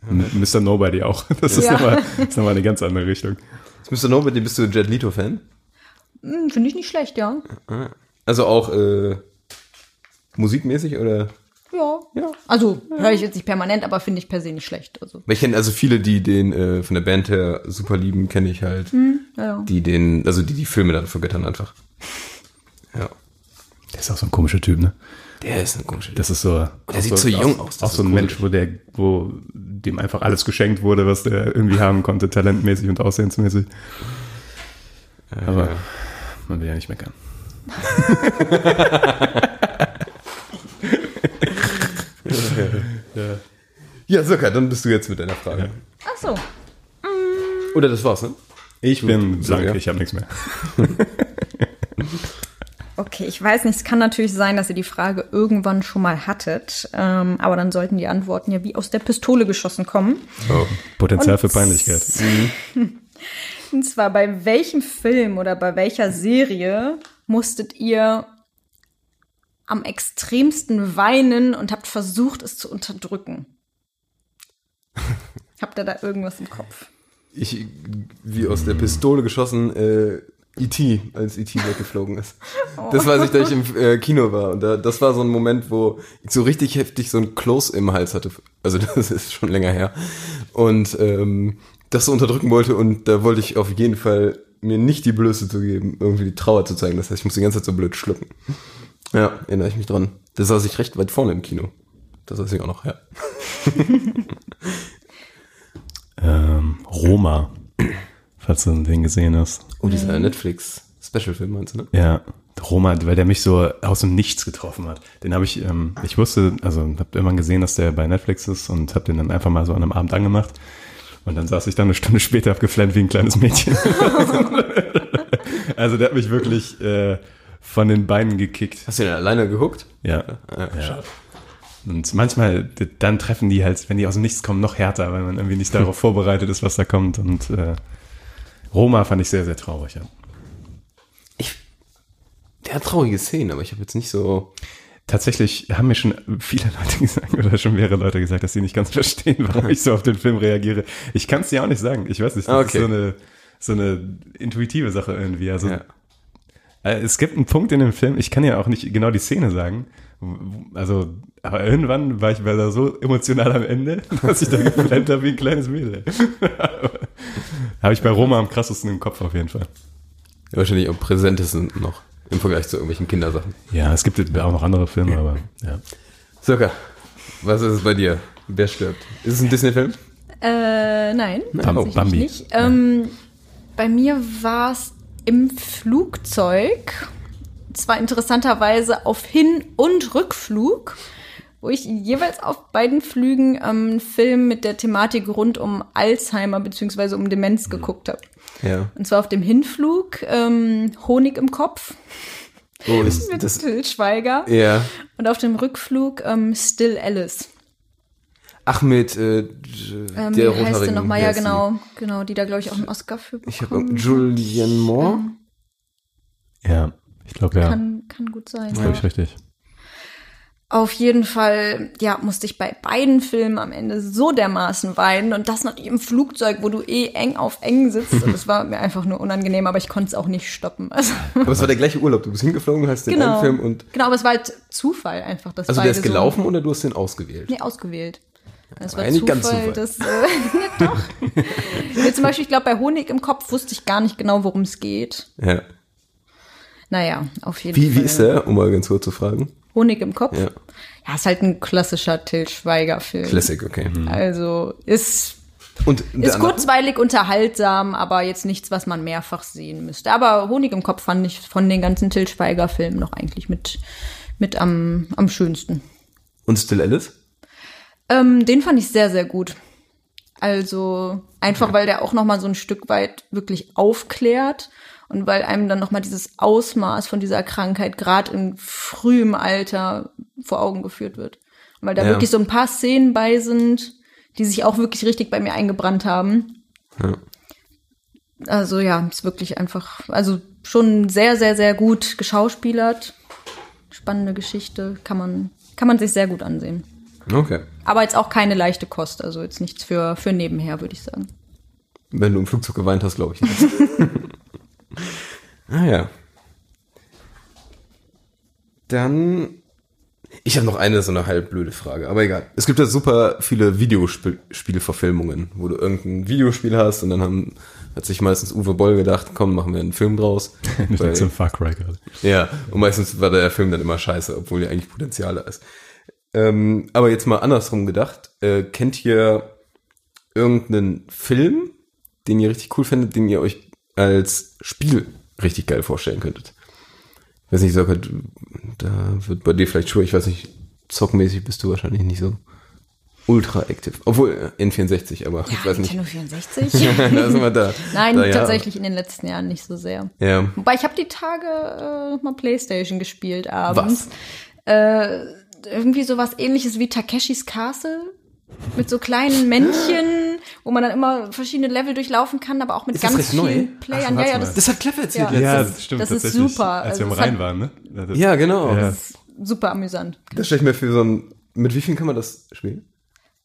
Speaker 2: M- Mr. Nobody auch. Das ist
Speaker 1: Ja.
Speaker 2: nochmal ist nochmal eine ganz andere Richtung.
Speaker 6: Jetzt Mr. Nobody, bist du Jet Leto-Fan?
Speaker 1: Hm, Finde ich nicht schlecht, ja.
Speaker 6: Also auch äh, musikmäßig oder?
Speaker 1: Ja. Also höre ich jetzt nicht permanent, aber finde ich per se nicht schlecht. Also,
Speaker 6: Weil ich kenne also viele, die den äh, von der Band her super lieben, kenne ich halt.
Speaker 1: ja, ja.
Speaker 6: Die den, also die die Filme dann vergöttern einfach. Ja.
Speaker 2: Der ist auch so ein komischer Typ, ne?
Speaker 6: Der ist ein komischer
Speaker 2: Das ist so.
Speaker 6: Oh, Der sieht
Speaker 2: so,
Speaker 6: so jung aus.
Speaker 2: Auch
Speaker 6: das
Speaker 2: so
Speaker 6: ist
Speaker 2: ein
Speaker 6: komisch.
Speaker 2: Mensch, wo der, wo dem einfach alles geschenkt wurde, was der irgendwie haben konnte, talentmäßig und aussehensmäßig. Aber man will ja nicht meckern.
Speaker 6: Ja, Söcker, dann bist du jetzt mit deiner Frage.
Speaker 1: Ach so.
Speaker 6: Oder das war's, ne?
Speaker 2: Ich bin
Speaker 6: so,
Speaker 2: blank,
Speaker 6: ja.
Speaker 2: ich habe nichts mehr.
Speaker 1: Okay, ich weiß nicht, es kann natürlich sein, dass ihr die Frage irgendwann schon mal hattet, ähm, aber dann sollten die Antworten ja wie aus der Pistole geschossen kommen.
Speaker 6: Oh.
Speaker 2: Potenzial
Speaker 1: Und-
Speaker 2: für Peinlichkeit.
Speaker 1: Und zwar, bei welchem Film oder bei welcher Serie musstet ihr am extremsten weinen und habt versucht, es zu unterdrücken? habt ihr da irgendwas im Kopf?
Speaker 6: Ich, wie aus der Pistole geschossen, äh, E.T., als E.T. weggeflogen ist. Das weiß ich, da ich im äh, Kino war. Und da, das war so ein Moment, wo ich so richtig heftig so ein Close im Hals hatte. Also [laughs] das ist schon länger her. Und ähm, das so unterdrücken wollte. Und da wollte ich auf jeden Fall mir nicht die Blöße zu geben, irgendwie die Trauer zu zeigen. Das heißt, ich muss die ganze Zeit so blöd schlucken. Ja, erinnere ich mich dran. Da saß ich recht weit vorne im Kino. Das weiß ich auch noch, ja.
Speaker 2: Ähm, Roma, falls du den gesehen hast.
Speaker 6: Oh, dieser Netflix-Special-Film meinst du, ne?
Speaker 2: Ja, Roma, weil der mich so aus dem Nichts getroffen hat. Den habe ich, ähm, ich wusste, also habe irgendwann gesehen, dass der bei Netflix ist und habe den dann einfach mal so an einem Abend angemacht. Und dann saß ich dann eine Stunde später abgeflammt wie ein kleines Mädchen. [laughs] also der hat mich wirklich äh, von den Beinen gekickt.
Speaker 6: Hast du den alleine geguckt? Äh,
Speaker 2: Ja. ja. Und manchmal, d- dann treffen die halt, wenn die aus dem Nichts kommen, noch härter, weil man irgendwie nicht darauf vorbereitet ist, was da kommt. Und äh, Roma fand ich sehr, sehr traurig. Ja.
Speaker 6: Ich, der hat traurige Szenen, aber ich habe jetzt nicht so.
Speaker 2: Tatsächlich haben mir schon viele Leute [laughs] gesagt, oder schon mehrere Leute gesagt, dass sie nicht ganz verstehen, warum ich so auf den Film reagiere. Ich kann es dir auch nicht sagen. Ich weiß nicht, das
Speaker 6: Okay.
Speaker 2: ist so eine, so eine intuitive Sache irgendwie. Also
Speaker 6: Ja.
Speaker 2: äh, es gibt einen Punkt in dem Film, ich kann ja auch nicht genau die Szene sagen. w- w- Also, aber irgendwann war ich da so emotional am Ende, [laughs] dass ich da geflammt habe wie ein kleines Mädel. [laughs] habe ich bei Roma am krassesten im Kopf auf jeden Fall.
Speaker 6: Wahrscheinlich am präsentesten noch im Vergleich zu irgendwelchen Kindersachen.
Speaker 2: Ja, es gibt auch noch andere Filme, aber ja.
Speaker 6: Sogar. Was ist es bei dir? Wer stirbt? Ist es ein Disney-Film?
Speaker 1: Äh, nein, tatsächlich
Speaker 2: Bambi.
Speaker 1: nicht. Ähm, Bei mir war es im Flugzeug, zwar interessanterweise auf Hin- und Rückflug, wo ich jeweils auf beiden Flügen ähm, einen Film mit der Thematik rund um Alzheimer bzw. um Demenz geguckt habe.
Speaker 6: Ja.
Speaker 1: Und zwar auf dem Hinflug ähm, Honig im Kopf [laughs]
Speaker 6: Oh, das,
Speaker 1: mit
Speaker 6: das,
Speaker 1: Till Schweiger
Speaker 6: ja.
Speaker 1: und auf dem Rückflug ähm, Still Alice.
Speaker 6: Ach, mit äh,
Speaker 1: Ähm,
Speaker 6: der
Speaker 1: wie heißt
Speaker 6: Rothaarigen.
Speaker 1: sie nochmal?
Speaker 6: Wer
Speaker 1: Ja,
Speaker 6: ist die?
Speaker 1: genau. Genau, die da, glaube ich, auch einen Oscar für
Speaker 6: Ich
Speaker 1: bekommen
Speaker 6: habe Julianne Moore.
Speaker 2: Ja, ich glaube ja.
Speaker 1: Kann, kann gut sein.
Speaker 2: Glaube ich richtig.
Speaker 1: Auf jeden Fall, ja, musste ich bei beiden Filmen am Ende so dermaßen weinen und das noch im Flugzeug, wo du eh eng auf eng sitzt. Und es war mir einfach nur unangenehm, aber ich konnte es auch nicht stoppen. [laughs] Also,
Speaker 6: Aber es war der gleiche Urlaub. Du bist hingeflogen, hast den
Speaker 1: genau.
Speaker 6: einen Film und.
Speaker 1: genau, aber es war halt Zufall einfach. Dass
Speaker 6: Also der
Speaker 1: beide
Speaker 6: ist
Speaker 1: so-
Speaker 6: gelaufen oder du hast den ausgewählt?
Speaker 1: Nee, ausgewählt. Das war
Speaker 6: eigentlich
Speaker 1: Zufall,
Speaker 6: ganz Zufall.
Speaker 1: dass, äh, [laughs] ja, doch. Ja, zum Beispiel, ich glaube, bei Honig im Kopf wusste ich gar nicht genau, worum es geht.
Speaker 6: Ja.
Speaker 1: Naja, auf jeden
Speaker 6: Wie,
Speaker 1: Fall.
Speaker 6: wie ist der, um mal ganz kurz zu fragen?
Speaker 1: Honig im Kopf?
Speaker 6: Ja.
Speaker 1: Ja, ist halt ein klassischer Till Schweiger-Film.
Speaker 6: Classic, okay.
Speaker 1: Also ist,
Speaker 6: Und der
Speaker 1: ist
Speaker 6: andere-
Speaker 1: kurzweilig unterhaltsam, aber jetzt nichts, was man mehrfach sehen müsste. Aber Honig im Kopf fand ich von den ganzen Till Schweiger-Filmen noch eigentlich mit, mit am, am schönsten.
Speaker 6: Und Still Alice?
Speaker 1: Ähm, den fand ich sehr, sehr gut. Also einfach, weil der auch noch mal so ein Stück weit wirklich aufklärt und weil einem dann noch mal dieses Ausmaß von dieser Krankheit gerade in frühem Alter vor Augen geführt wird. Und weil da
Speaker 6: Ja.
Speaker 1: wirklich so ein paar Szenen bei sind, die sich auch wirklich richtig bei mir eingebrannt haben.
Speaker 6: Ja.
Speaker 1: Also ja, ist wirklich einfach, also schon sehr, sehr, sehr gut geschauspielert. Spannende Geschichte, kann man, kann man sich sehr gut ansehen.
Speaker 6: Okay.
Speaker 1: Aber jetzt auch keine leichte Kost, also jetzt nichts für, für nebenher, würde ich sagen.
Speaker 6: Wenn du im Flugzeug geweint hast, glaube ich. Nicht. [laughs] ah ja. Dann. Ich habe noch eine so eine halb blöde Frage, aber egal. Es gibt ja super viele Videospielverfilmungen, wo du irgendein Videospiel hast und dann haben, hat sich meistens Uwe Boll gedacht, komm, machen wir einen Film [laughs] draus.
Speaker 2: [laughs] Nicht
Speaker 6: Weil-
Speaker 2: zum Far Cry gerade.
Speaker 6: ja, und meistens war der Film dann immer scheiße, obwohl er eigentlich Potenzial da ist. Ähm, aber jetzt mal andersrum gedacht, äh, kennt ihr irgendeinen Film, den ihr richtig cool findet, den ihr euch als Spiel richtig geil vorstellen könntet? Ich weiß nicht, Sokka, du- da wird bei dir vielleicht schwer, ich weiß nicht, zockmäßig bist du wahrscheinlich nicht so ultra active. Obwohl, äh, N64, aber ich weiß nicht.
Speaker 1: 64?
Speaker 6: [laughs] da sind wir da.
Speaker 1: Nein,
Speaker 6: da, ja.
Speaker 1: tatsächlich in den letzten Jahren nicht so sehr.
Speaker 6: Ja.
Speaker 1: Wobei ich habe die Tage äh, mal Playstation gespielt abends. Äh, irgendwie sowas ähnliches wie Takeshis Castle. Mit so kleinen Männchen, wo man dann immer verschiedene Level durchlaufen kann, aber auch mit
Speaker 6: Ist das
Speaker 1: ganz
Speaker 6: recht neu?
Speaker 1: vielen Playern.
Speaker 2: Ach,
Speaker 1: ja, ja,
Speaker 2: warte
Speaker 1: das,
Speaker 6: Das hat Clever erzählt.
Speaker 2: Ah,
Speaker 1: Ja.
Speaker 6: letztens.
Speaker 1: das ist- das ist super.
Speaker 2: Als
Speaker 1: Also
Speaker 2: wir im
Speaker 1: es hat-
Speaker 2: Rhein waren, ne? Das-
Speaker 6: Ja, genau.
Speaker 2: Ja.
Speaker 1: ist super amüsant.
Speaker 6: Das stelle ich mir für so ein. Mit wie vielen kann man das spielen?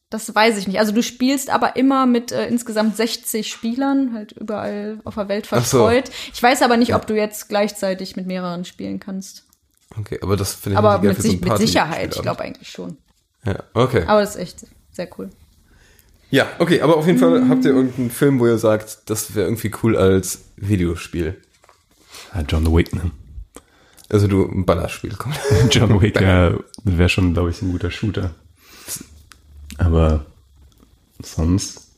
Speaker 1: Das weiß ich nicht. Also du spielst aber immer mit äh, insgesamt 60 Spielern, halt überall auf der Welt
Speaker 6: Ach so.
Speaker 1: verstreut. Ich weiß aber nicht, ob du jetzt gleichzeitig mit mehreren spielen kannst.
Speaker 6: Okay, aber das finde ich
Speaker 1: Aber
Speaker 6: richtig geil
Speaker 1: mit,
Speaker 6: für
Speaker 1: sich,
Speaker 6: so ein
Speaker 1: mit Sicherheit, ich
Speaker 6: Partyspielabend.
Speaker 1: glaube eigentlich schon.
Speaker 6: Ja, okay.
Speaker 1: Aber das ist echt sehr cool.
Speaker 6: ja, okay, aber auf jeden Fall habt ihr irgendeinen Film, wo ihr sagt, das wäre irgendwie cool als Videospiel.
Speaker 2: Ah, John Wick, ne?
Speaker 6: Also du ein Ballerspiel kommt.
Speaker 2: [laughs] John Wick ja, wäre schon, glaube ich, ein guter Shooter. Aber sonst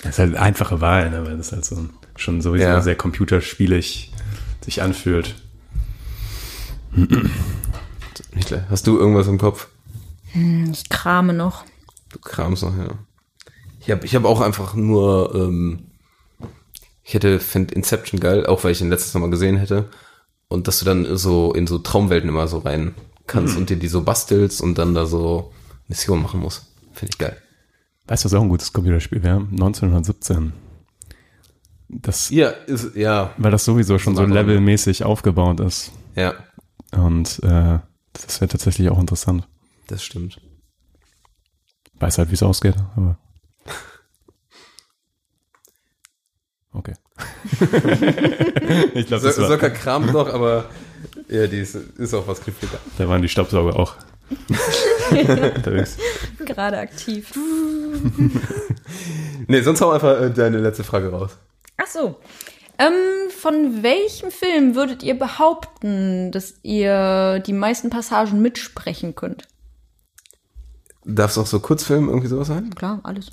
Speaker 2: das ist halt eine einfache Wahl, ne? weil das halt so ein- schon sowieso
Speaker 6: Ja.
Speaker 2: sehr computerspielig sich anfühlt.
Speaker 6: [laughs] Nicht gleich. Hast du irgendwas im Kopf?
Speaker 1: Ich krame noch.
Speaker 6: Du kramst noch, ja. Ich habe ich hab auch einfach nur, ähm, ich hätte, finde Inception geil, auch weil ich ihn letztes Mal gesehen hätte. Und dass du dann so in so Traumwelten immer so rein kannst und dir die so bastelst und dann da so Missionen machen musst. Finde ich geil.
Speaker 2: Weißt du, was auch ein gutes Computerspiel wäre? 1917. Das,
Speaker 6: Ja, ist, ja,
Speaker 2: Weil das sowieso schon so
Speaker 6: Warum?
Speaker 2: levelmäßig aufgebaut ist.
Speaker 6: ja,
Speaker 2: Und äh, das wäre tatsächlich auch interessant.
Speaker 6: das stimmt.
Speaker 2: Weiß halt, wie es ausgeht, aber.
Speaker 6: [laughs]
Speaker 2: Okay. ich glaube,
Speaker 6: So,
Speaker 2: das war,
Speaker 6: Socker kramt noch, aber ja, die ist, ist auch was griffiger.
Speaker 2: da waren die Staubsauger auch.
Speaker 6: [laughs]
Speaker 2: unterwegs.
Speaker 1: Gerade aktiv.
Speaker 6: Nee, sonst hau einfach äh, deine letzte Frage raus.
Speaker 1: Ach so. Ähm, von welchem Film würdet ihr behaupten, dass ihr die meisten Passagen mitsprechen könnt?
Speaker 6: Darf es auch so Kurzfilm irgendwie sowas sein?
Speaker 1: Klar, alles.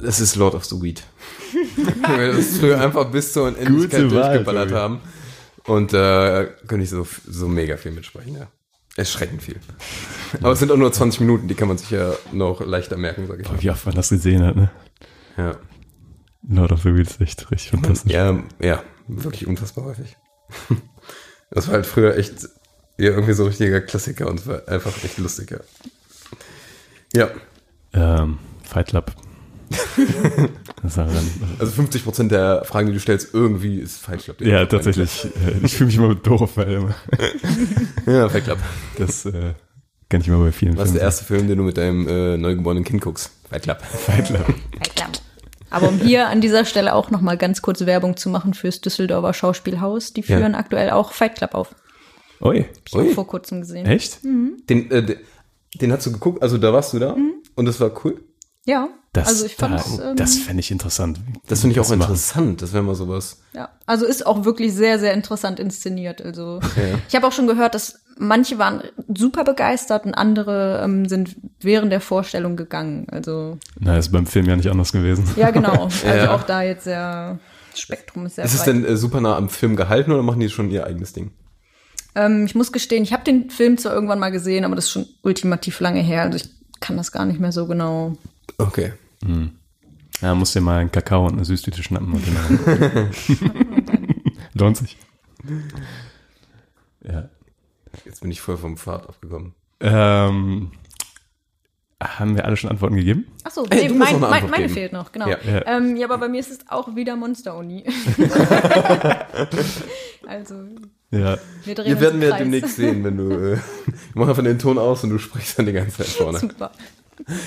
Speaker 6: Das ist Lord of the Weed. [laughs] Wenn wir das früher einfach bis zur Unendlichkeit
Speaker 2: Gute Wahl,
Speaker 6: durchgeballert
Speaker 2: Tobi.
Speaker 6: haben. Und äh, könnte ich so, so mega viel mitsprechen, ja. Erschreckend viel. Aber es sind auch nur 20 Minuten, die kann man sich ja noch leichter merken, sag ich mal.
Speaker 2: Wie oft man das gesehen hat, ne?
Speaker 6: Ja,
Speaker 2: Lord of the Wheels, echt richtig fantastisch.
Speaker 6: ja, ja wirklich unfassbar häufig. [laughs] Das war halt früher echt ja, irgendwie so ein richtiger Klassiker und es war einfach echt lustig, ja. Ja,
Speaker 2: Ähm, Fight Club. das war dann,
Speaker 6: also 50% der Fragen, die du stellst, irgendwie ist falsch, glaube ich.
Speaker 2: ja, tatsächlich. äh, Ich fühle mich immer doof, weil immer-
Speaker 6: Ja, Fight Club.
Speaker 2: das äh, kann ich immer bei vielen
Speaker 6: Was ist der
Speaker 2: Filmen
Speaker 6: erste Film, den du mit deinem äh, neugeborenen Kind guckst? [laughs] Fight Club.
Speaker 2: sagen. Fight Club.
Speaker 1: Aber um hier an dieser Stelle auch noch mal ganz kurz Werbung zu machen fürs Düsseldorfer Schauspielhaus, die führen aktuell auch Fight Club auf.
Speaker 2: Ui,
Speaker 1: Hab
Speaker 6: Ui.
Speaker 1: ich vor kurzem gesehen.
Speaker 2: echt?
Speaker 6: Den, äh, den, den hast du geguckt, also da warst du da und das war cool.
Speaker 1: Ja,
Speaker 2: Das,
Speaker 1: also ich fand
Speaker 2: da, das fände ich interessant.
Speaker 6: Das finde ich auch
Speaker 2: machen.
Speaker 6: interessant. Das wäre mal sowas.
Speaker 1: Ja, also ist auch wirklich sehr, sehr interessant inszeniert. Also ich habe auch schon gehört, dass manche waren super begeistert und andere ähm, sind während der Vorstellung gegangen. Also
Speaker 2: Na, ist beim Film ja nicht anders gewesen.
Speaker 1: ja, genau. Also
Speaker 6: Ja.
Speaker 1: auch da jetzt sehr das Spektrum ist sehr
Speaker 6: Ist es
Speaker 1: breit.
Speaker 6: denn äh, super nah am Film gehalten oder machen die schon ihr eigenes Ding?
Speaker 1: ähm, ich muss gestehen, ich habe den Film zwar irgendwann mal gesehen, aber das ist schon ultimativ lange her. Also ich kann das gar nicht mehr so genau.
Speaker 6: Okay.
Speaker 2: Ja, musst dir mal einen Kakao und eine Süßtüte schnappen und den Lohnt sich. Ja.
Speaker 6: Jetzt bin ich voll vom Pfad abgekommen.
Speaker 2: Ähm, haben wir alle schon Antworten gegeben?
Speaker 1: Ach so,
Speaker 6: Ey,
Speaker 1: nee,
Speaker 6: du musst
Speaker 1: mein,
Speaker 6: noch eine
Speaker 1: mein,
Speaker 6: Antwort
Speaker 1: meine
Speaker 6: geben.
Speaker 1: fehlt noch, genau.
Speaker 6: Ja.
Speaker 1: Ja,
Speaker 2: Ja.
Speaker 1: Ähm, ja, aber bei mir ist es auch
Speaker 6: [laughs]
Speaker 1: wieder Monster-Uni. also,
Speaker 2: Ja.
Speaker 1: wir drehen
Speaker 6: Wir
Speaker 1: uns
Speaker 6: werden
Speaker 1: im
Speaker 6: wir
Speaker 1: Kreis. [laughs]
Speaker 6: demnächst sehen, wenn du. Äh, [laughs] wir machen einfach den Ton aus und du sprichst dann die ganze Zeit
Speaker 1: [laughs]
Speaker 6: vorne.
Speaker 1: Super.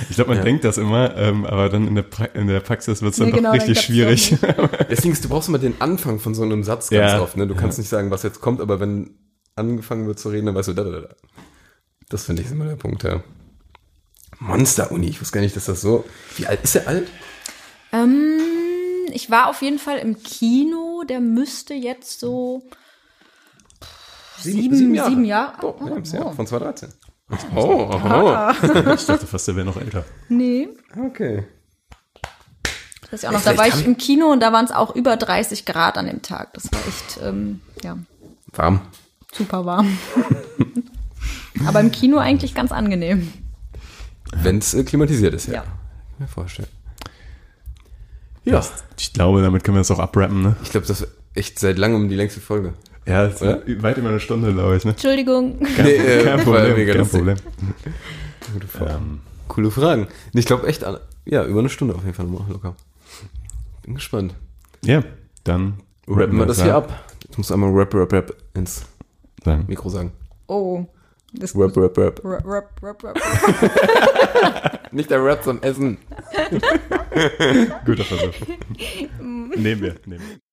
Speaker 2: Ich glaube, man denkt das immer, ähm, aber dann in der, pra in der Praxis wird es dann
Speaker 1: Nee,
Speaker 2: doch
Speaker 1: genau, dann
Speaker 2: richtig
Speaker 1: klappt's
Speaker 2: schwierig.
Speaker 1: doch
Speaker 6: Deswegen, ist- du brauchst immer den Anfang von so einem Satz ganz
Speaker 2: Ja.
Speaker 6: oft. Ne? Du kannst nicht sagen, was jetzt kommt, aber wenn angefangen wird zu reden, dann weißt du da, da, da, da. Das finde ich ist immer der Punkt, ja. Monster-Uni, ich wusste gar nicht, dass das so... Wie alt ist er alt?
Speaker 1: Ähm, ich war auf jeden Fall im Kino, der müsste jetzt so Sieben- sieben Jahre.
Speaker 6: Oh, ja,
Speaker 1: Oh,
Speaker 6: ist ja
Speaker 1: oh.
Speaker 6: von 2013. Oh, oh,
Speaker 2: [laughs] Ich dachte fast, der wäre noch älter.
Speaker 1: Nee.
Speaker 6: oh. okay.
Speaker 1: Das ist ja auch noch, da war
Speaker 6: Vielleicht
Speaker 1: ich
Speaker 6: haben-
Speaker 1: im Kino und da waren es auch über 30 Grad an dem Tag. Das war echt, ähm, ja,
Speaker 6: Warm. [laughs]
Speaker 1: super warm. Aber im Kino eigentlich ganz angenehm.
Speaker 6: Wenn es äh, klimatisiert ist, ja.
Speaker 1: Ja.
Speaker 6: Kann ich mir vorstellen. Ja,
Speaker 2: Ich glaube, damit können wir das auch abrappen, ne?
Speaker 6: ich glaube, das ist echt seit langem die längste Folge.
Speaker 2: Ja, das ist weit über eine Stunde, glaube ich, ne?
Speaker 1: Entschuldigung.
Speaker 6: Nee, äh, war mega
Speaker 2: kein
Speaker 6: lustig.
Speaker 2: Problem.
Speaker 6: Gute Frage. Coole Fragen. Und Ich glaube echt, an- ja, über eine Stunde auf jeden Fall noch locker. Bin gespannt.
Speaker 2: Ja, dann
Speaker 6: Rappen wir das hier
Speaker 2: ab.
Speaker 6: ab. Jetzt musst du einmal Rap, Rap, Rap ins
Speaker 2: Sagen.
Speaker 6: Mikro sagen.
Speaker 1: Oh. Das
Speaker 6: Rap, Rap, Rap.
Speaker 1: Rap, rap, rap, rap.
Speaker 6: Nicht der Rap, sondern Essen.
Speaker 2: Guter Versuch. nehmen wir, nehmen wir.